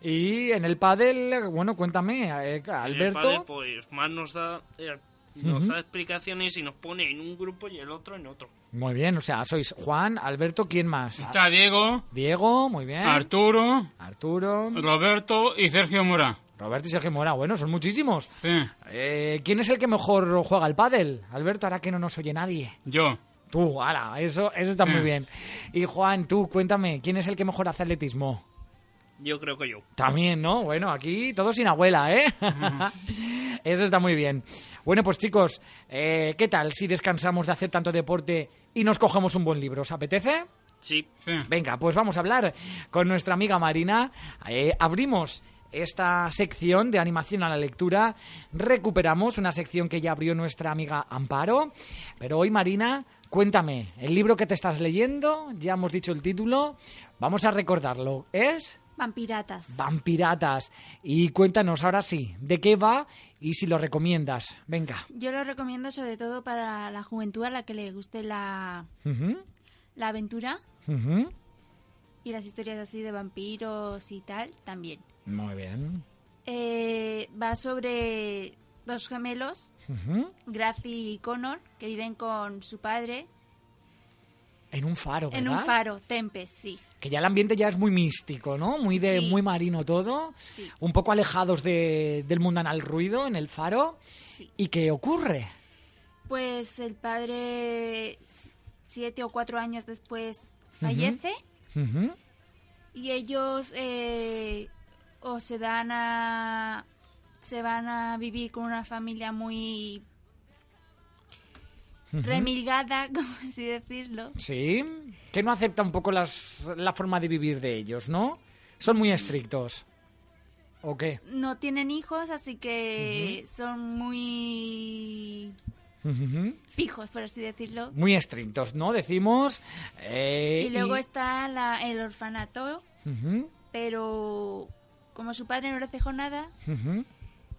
[SPEAKER 1] Y en el pádel, bueno, cuéntame, eh,
[SPEAKER 6] En el
[SPEAKER 1] Alberto.
[SPEAKER 6] pádel, pues más nos da eh, nos
[SPEAKER 1] Ujú.
[SPEAKER 6] da explicaciones y nos pone en un grupo y el otro en otro.
[SPEAKER 1] Muy bien, o sea, sois Juan, Alberto, ¿quién más?
[SPEAKER 7] Está Diego,
[SPEAKER 1] Diego, muy bien.
[SPEAKER 7] Arturo,
[SPEAKER 1] Arturo,
[SPEAKER 7] Roberto y Sergio Mora.
[SPEAKER 1] Roberto y Sergio Mora, bueno, son muchísimos.
[SPEAKER 7] Sí.
[SPEAKER 1] Eh, ¿Quién es el que mejor juega al pádel? Alberto, ahora que no nos oye nadie.
[SPEAKER 7] Yo.
[SPEAKER 1] Tú, ala, eso, eso está
[SPEAKER 7] Sí.
[SPEAKER 1] muy bien. Y Juan, tú, cuéntame, ¿quién es el que mejor hace atletismo?
[SPEAKER 6] Yo creo que yo.
[SPEAKER 1] También, ¿no? Bueno, aquí todo sin abuela, ¿eh? Eso está muy bien. Bueno, pues chicos, eh, ¿qué tal si descansamos de hacer tanto deporte y nos cogemos un buen libro? ¿Os apetece?
[SPEAKER 6] Sí.
[SPEAKER 1] Venga, pues vamos a hablar con nuestra amiga Marina. Eh, abrimos esta sección de animación a la lectura. Recuperamos una sección que ya abrió nuestra amiga Amparo. Pero hoy, Marina, cuéntame, el libro que te estás leyendo, ya hemos dicho el título, vamos a recordarlo. Es...
[SPEAKER 3] Vampiratas.
[SPEAKER 1] Vampiratas. Y cuéntanos ahora sí, ¿de qué va y si lo recomiendas? Venga.
[SPEAKER 3] Yo lo recomiendo sobre todo para la juventud a la que le guste la,
[SPEAKER 1] Ujú,
[SPEAKER 3] la aventura
[SPEAKER 1] ujú.
[SPEAKER 3] y las historias así de vampiros y tal también.
[SPEAKER 1] Muy bien.
[SPEAKER 3] Eh, va sobre dos gemelos,
[SPEAKER 1] Ujú.
[SPEAKER 3] Gracie y Connor, que viven con su padre
[SPEAKER 1] En un faro,
[SPEAKER 3] en un
[SPEAKER 1] ¿verdad?
[SPEAKER 3] faro, Tempest, sí.
[SPEAKER 1] Que ya el ambiente ya es muy místico, ¿no? Muy de
[SPEAKER 3] Sí.
[SPEAKER 1] muy marino todo.
[SPEAKER 3] Sí.
[SPEAKER 1] Un poco alejados de, del mundanal ruido en el faro. ¿Y qué ocurre?
[SPEAKER 3] Pues el padre, siete o cuatro años después, fallece
[SPEAKER 1] Ujú.
[SPEAKER 3] y ellos eh, o se dan a. se van a vivir con una familia muy
[SPEAKER 1] Ujú.
[SPEAKER 3] remilgada, como así decirlo.
[SPEAKER 1] Sí. Que no acepta un poco las, la forma de vivir de ellos, ¿no? Son muy estrictos. ¿O qué?
[SPEAKER 3] No tienen hijos, así que son muy
[SPEAKER 1] Ujú.
[SPEAKER 3] pijos, por así decirlo.
[SPEAKER 1] Muy estrictos, ¿no? Decimos. eh,
[SPEAKER 3] y luego está la- el orfanato,
[SPEAKER 1] Ujú,
[SPEAKER 3] pero como su padre no le dejó nada,
[SPEAKER 1] ujú.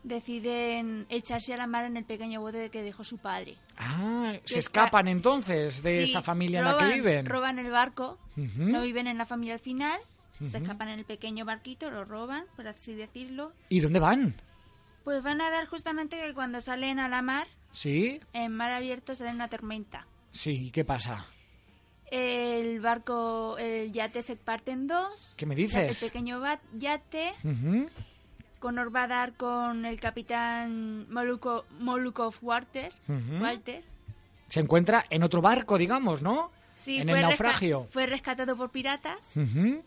[SPEAKER 3] deciden echarse a la mar en el pequeño bote que dejó su padre.
[SPEAKER 1] Ah, se
[SPEAKER 3] Que
[SPEAKER 1] escapan entonces de
[SPEAKER 3] Sí,
[SPEAKER 1] esta familia en la
[SPEAKER 3] roban-
[SPEAKER 1] que viven.
[SPEAKER 3] Roban el barco,
[SPEAKER 1] Ujú.
[SPEAKER 3] no viven en la familia al final,
[SPEAKER 1] Ujú.
[SPEAKER 3] se escapan en el pequeño barquito, lo roban, por así decirlo.
[SPEAKER 1] ¿Y dónde van?
[SPEAKER 3] Pues van a dar justamente que cuando salen a la mar,
[SPEAKER 1] Sí,
[SPEAKER 3] en mar abierto sale una tormenta.
[SPEAKER 1] sí, ¿qué pasa?
[SPEAKER 3] El barco, el yate se parte en dos.
[SPEAKER 1] ¿Qué me dices?
[SPEAKER 3] El pequeño ba- yate,
[SPEAKER 1] Ujú.
[SPEAKER 3] Connor va a dar con el capitán Moluko- Molukov Walter.
[SPEAKER 1] Ujú.
[SPEAKER 3] Walter.
[SPEAKER 1] Se encuentra en otro barco, digamos, ¿no?
[SPEAKER 3] Sí,
[SPEAKER 1] en
[SPEAKER 3] fue
[SPEAKER 1] el
[SPEAKER 3] resca-
[SPEAKER 1] naufragio.
[SPEAKER 3] fue rescatado por piratas
[SPEAKER 1] Ujú.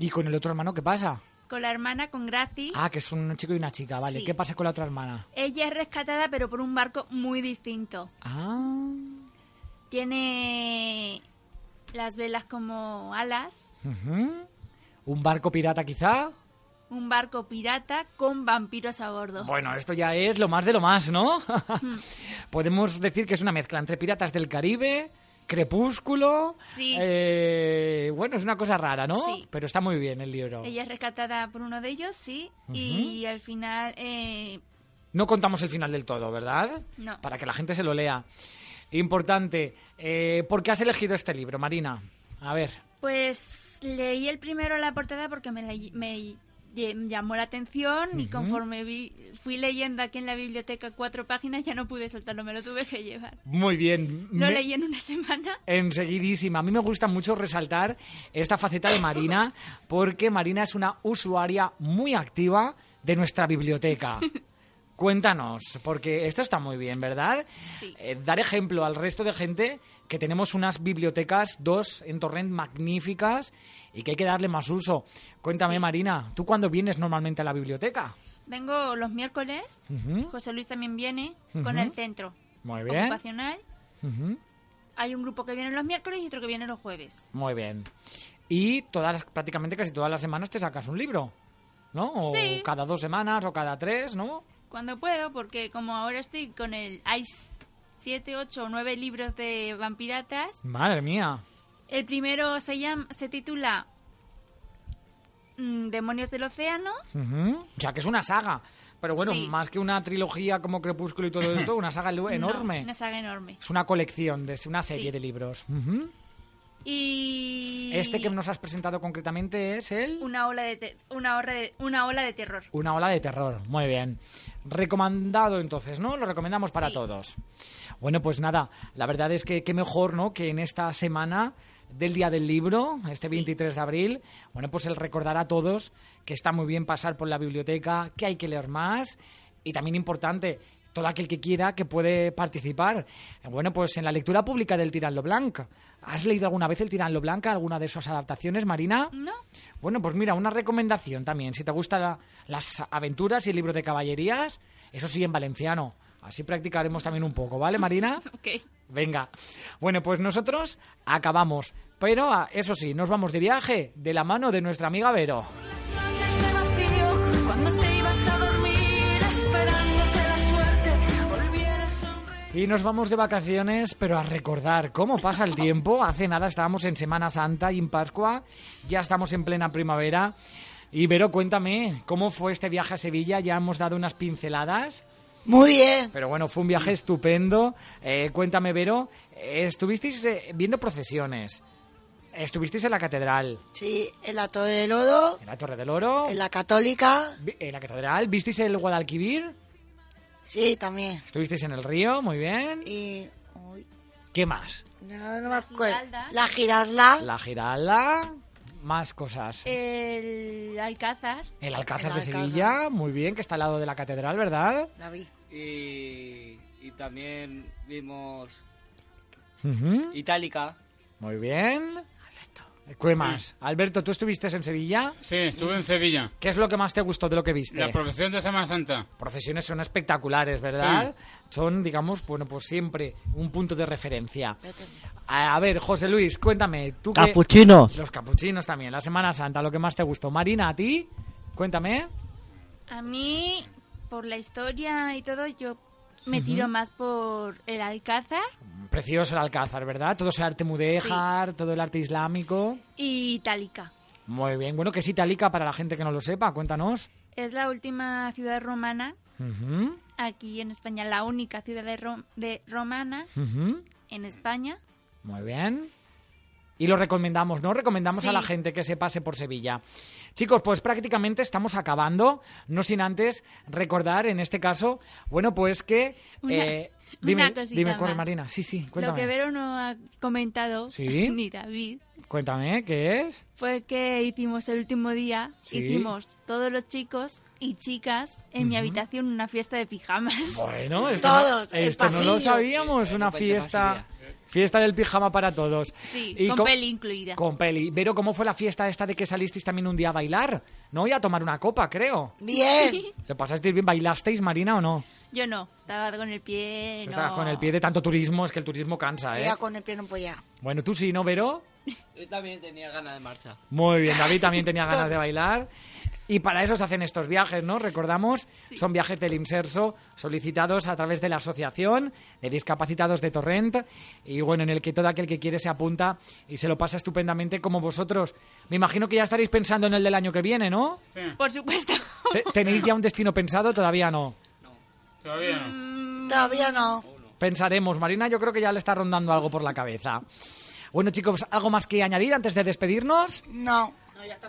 [SPEAKER 1] ¿Y con el otro hermano qué pasa?
[SPEAKER 3] con la hermana, con Gracie.
[SPEAKER 1] Ah, que es un chico y una chica, vale.
[SPEAKER 3] Sí.
[SPEAKER 1] ¿Qué pasa con la otra hermana?
[SPEAKER 3] Ella es rescatada, pero por un barco muy distinto.
[SPEAKER 1] Ah,
[SPEAKER 3] Tiene las velas como alas,
[SPEAKER 1] ujú. un barco pirata quizá.
[SPEAKER 3] un barco pirata con vampiros a bordo.
[SPEAKER 1] Bueno, esto ya es lo más de lo más, ¿no? Podemos decir que es una mezcla entre Piratas del Caribe, Crepúsculo.
[SPEAKER 3] Sí.
[SPEAKER 1] eh, bueno, es una cosa rara, ¿no?
[SPEAKER 3] Sí.
[SPEAKER 1] Pero está muy bien el libro.
[SPEAKER 3] Ella es rescatada por uno de ellos, sí, y al final eh,
[SPEAKER 1] No contamos el final del todo, ¿verdad?
[SPEAKER 3] No.
[SPEAKER 1] Para que la gente se lo lea. importante. Eh, ¿Por qué has elegido este libro, Marina? A ver.
[SPEAKER 3] Pues leí el primero la portada porque me, la- me lle- llamó la atención y
[SPEAKER 1] Ujú.
[SPEAKER 3] conforme vi- fui leyendo aquí en la biblioteca cuatro páginas ya no pude soltarlo, me lo tuve que llevar.
[SPEAKER 1] Muy bien.
[SPEAKER 3] Lo
[SPEAKER 1] Me-
[SPEAKER 3] leí en una semana.
[SPEAKER 1] Enseguidísima. A mí me gusta mucho resaltar esta faceta de Marina, porque Marina es una usuaria muy activa de nuestra biblioteca. Cuéntanos, porque esto está muy bien, ¿verdad?
[SPEAKER 3] Sí.
[SPEAKER 1] Eh, dar ejemplo al resto de gente que tenemos unas bibliotecas, dos en Torrent magníficas y que hay que darle más uso. Cuéntame, Marina, ¿tú cuándo vienes normalmente a la biblioteca?
[SPEAKER 3] Vengo los miércoles,
[SPEAKER 1] Ujú.
[SPEAKER 3] José Luis también viene
[SPEAKER 1] Ujú.
[SPEAKER 3] con el centro
[SPEAKER 1] Muy bien.
[SPEAKER 3] ocupacional.
[SPEAKER 1] Ujú.
[SPEAKER 3] Hay un grupo que viene los miércoles y otro que viene los jueves.
[SPEAKER 1] Muy bien. Y todas las- prácticamente casi todas las semanas te sacas un libro, ¿no? O
[SPEAKER 3] Sí.
[SPEAKER 1] cada dos semanas o cada tres, ¿no?
[SPEAKER 3] Cuando puedo, porque como ahora estoy con el... Hay siete, ocho o nueve libros de vampiratas
[SPEAKER 1] Madre mía.
[SPEAKER 3] El primero se llama, se titula mm, Demonios del Océano.
[SPEAKER 1] Ujú. O sea, que es una saga. Pero bueno,
[SPEAKER 3] Sí.
[SPEAKER 1] más que una trilogía como Crepúsculo y todo esto, una saga lu- enorme.
[SPEAKER 3] No, una saga enorme.
[SPEAKER 1] Es una colección, de una serie
[SPEAKER 3] Sí.
[SPEAKER 1] de libros. Ujú.
[SPEAKER 3] Y
[SPEAKER 1] Este que nos has presentado concretamente es el...
[SPEAKER 3] una ola de te- una ola de una ola de terror.
[SPEAKER 1] Una ola de terror, muy bien. Recomendado entonces, ¿no? Lo recomendamos para
[SPEAKER 3] Sí.
[SPEAKER 1] todos. Bueno, pues nada, la verdad es que qué mejor, ¿no? Que en esta semana del Día del Libro, este 23 de abril, bueno, pues el recordar a todos que está muy bien pasar por la biblioteca, que hay que leer más y también importante, todo aquel que quiera que puede participar. Eh, Bueno, pues en la lectura pública del Tirán Blanc. ¿Has leído alguna vez el Tirán Blanc, alguna de sus adaptaciones, Marina?
[SPEAKER 3] No.
[SPEAKER 1] Bueno, pues mira, una recomendación también. Si te gustan la- las aventuras y el libro de caballerías, eso sí, en valenciano. Así practicaremos también un poco, ¿vale, Marina?
[SPEAKER 3] Ok.
[SPEAKER 1] Venga. Bueno, pues nosotros acabamos. Pero ah, eso sí, nos vamos de viaje de la mano de nuestra amiga Vero.
[SPEAKER 2] noches de vacío, cuando te ibas a dormir, esperando que la suerte volviera a sonreír.
[SPEAKER 1] Y nos vamos de vacaciones, pero a recordar cómo pasa el tiempo. Hace nada estábamos en Semana Santa y en Pascua, ya estamos en plena primavera. Y Vero, cuéntame, ¿cómo fue este viaje a Sevilla? Ya hemos dado unas pinceladas.
[SPEAKER 4] Muy bien.
[SPEAKER 1] Pero bueno, fue un viaje estupendo. Eh, cuéntame, Vero, eh, estuvisteis eh, viendo procesiones. Estuvisteis en la catedral,
[SPEAKER 4] Sí, en la Torre de Lodo,
[SPEAKER 1] en la Torre del Oro,
[SPEAKER 4] en la Católica,
[SPEAKER 1] vi- en la catedral. ¿Visteis el Guadalquivir?
[SPEAKER 4] sí, también.
[SPEAKER 1] Estuvisteis en el río, muy bien.
[SPEAKER 4] Y
[SPEAKER 1] ¿Qué más?
[SPEAKER 4] no, no me acuerdo.
[SPEAKER 3] Giralda.
[SPEAKER 4] La Giralda.
[SPEAKER 1] La Giralda, más cosas.
[SPEAKER 3] El Alcázar.
[SPEAKER 1] El Alcázar
[SPEAKER 3] Eh,
[SPEAKER 1] de
[SPEAKER 3] El Alcázar.
[SPEAKER 1] Sevilla, muy bien, que está al lado de la catedral, ¿verdad?
[SPEAKER 4] David.
[SPEAKER 8] Y, y también vimos
[SPEAKER 1] Ujú,
[SPEAKER 8] Itálica.
[SPEAKER 1] Muy bien. Alberto. ¿Qué más? Alberto, ¿tú estuviste en Sevilla?
[SPEAKER 7] Sí, estuve en Sevilla.
[SPEAKER 1] ¿Qué es lo que más te gustó de lo que viste?
[SPEAKER 7] La profesión de Semana Santa.
[SPEAKER 1] procesiones son espectaculares, ¿verdad? Son, digamos, bueno, pues siempre un punto de referencia. A, a ver, José Luis, cuéntame, tú qué-
[SPEAKER 10] Capuchinos.
[SPEAKER 1] Los capuchinos también, la Semana Santa, lo que más te gustó. Marina, a ti, cuéntame.
[SPEAKER 3] A mí por la historia y todo yo me
[SPEAKER 1] Ujú.
[SPEAKER 3] tiro más por el Alcázar
[SPEAKER 1] Precioso el Alcázar, ¿verdad? Todo ese arte mudéjar, todo el arte islámico.
[SPEAKER 3] y Itálica.
[SPEAKER 1] Muy bien, bueno, que es itálica para la gente que no lo sepa, cuéntanos.
[SPEAKER 3] Es la última ciudad romana
[SPEAKER 1] Ujú,
[SPEAKER 3] aquí en España, la única ciudad de Ro- de romana
[SPEAKER 1] ujú.
[SPEAKER 3] en España.
[SPEAKER 1] Muy bien. Y lo recomendamos, ¿no? Recomendamos a
[SPEAKER 3] Sí.
[SPEAKER 1] la gente que se pase por Sevilla. Chicos, pues prácticamente estamos acabando, no sin antes recordar en este caso, bueno, pues que...
[SPEAKER 3] Una-
[SPEAKER 1] eh,
[SPEAKER 3] una
[SPEAKER 1] dime,
[SPEAKER 3] cosita
[SPEAKER 1] dime, corre,
[SPEAKER 3] más.
[SPEAKER 1] Marina. Sí, sí, cuéntame.
[SPEAKER 3] Lo que Vero no ha comentado,
[SPEAKER 1] Sí.
[SPEAKER 3] ni David,
[SPEAKER 1] Cuéntame, ¿qué es?
[SPEAKER 3] fue que hicimos el último día,
[SPEAKER 1] Sí.
[SPEAKER 3] hicimos todos los chicos y chicas en mi
[SPEAKER 1] Ujú.
[SPEAKER 3] habitación una fiesta de pijamas.
[SPEAKER 1] Bueno, esto,
[SPEAKER 4] Todos,
[SPEAKER 1] no,
[SPEAKER 4] el
[SPEAKER 1] esto no lo
[SPEAKER 4] pasillo.
[SPEAKER 1] sabíamos,
[SPEAKER 8] El- el
[SPEAKER 1] una
[SPEAKER 8] puente
[SPEAKER 1] fiesta... Fiesta del pijama para todos.
[SPEAKER 3] Sí,
[SPEAKER 1] Y
[SPEAKER 3] con
[SPEAKER 1] co-
[SPEAKER 3] peli incluida.
[SPEAKER 1] Con peli. Vero, ¿cómo fue la fiesta esta de que salisteis también un día a bailar? ¿No? Y a tomar una copa, creo.
[SPEAKER 4] Bien.
[SPEAKER 1] ¿Lo pasasteis bien? ¿Bailasteis, Marina, o no?
[SPEAKER 3] Yo no, estaba con el
[SPEAKER 1] Tú
[SPEAKER 3] pie, Eh, no.
[SPEAKER 1] estabas con el pie de tanto turismo, es que el turismo cansa, ¿eh?
[SPEAKER 4] Ella con el pie no podía.
[SPEAKER 1] Bueno, tú sí, ¿no, Vero?
[SPEAKER 8] Yo también tenía ganas de marcha.
[SPEAKER 1] Muy bien, David también tenía ganas de bailar. Y para eso se hacen estos viajes, ¿no? Recordamos, son viajes del Inserso solicitados a través de la Asociación de Discapacitados de Torrent y bueno, en el que todo aquel que quiere se apunta y se lo pasa estupendamente como vosotros. Me imagino que ya estaréis pensando en el del año que viene, ¿no?
[SPEAKER 7] Sí,
[SPEAKER 3] Por supuesto.
[SPEAKER 1] Te- ¿Tenéis ya un destino pensado? Todavía no.
[SPEAKER 7] todavía no.
[SPEAKER 4] Todavía no.
[SPEAKER 1] Pensaremos, Marina, yo creo que ya le está rondando algo por la cabeza. Bueno, chicos, ¿algo más que añadir antes de despedirnos?
[SPEAKER 5] No.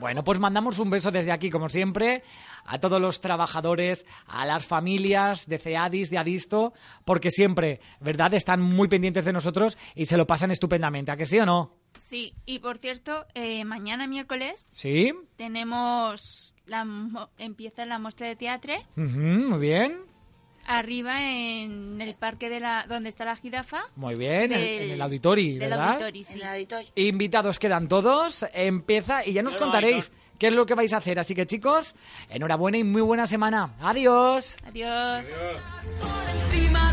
[SPEAKER 1] Bueno, pues mandamos un beso desde aquí, como siempre, a todos los trabajadores, a las familias de CEADIS, de Adisto, porque siempre, ¿verdad?, están muy pendientes de nosotros y se lo pasan estupendamente. ¿A que sí o no?
[SPEAKER 3] Sí, y por cierto, eh, mañana miércoles
[SPEAKER 1] Sí.
[SPEAKER 3] tenemos la mo- empieza la muestra de teatro
[SPEAKER 1] Ujú, muy bien,
[SPEAKER 3] arriba en el parque de la donde está la jirafa.
[SPEAKER 1] muy bien. en-
[SPEAKER 3] Del-
[SPEAKER 1] en el auditorio,
[SPEAKER 3] del
[SPEAKER 1] ¿verdad?
[SPEAKER 3] auditori, sí.
[SPEAKER 1] Invitados quedan todos. Empieza y ya nos
[SPEAKER 3] Nueva
[SPEAKER 1] contaréis qué es lo que vais a hacer. Así que, chicos, enhorabuena y muy buena semana. Adiós.
[SPEAKER 3] Adiós.
[SPEAKER 9] encima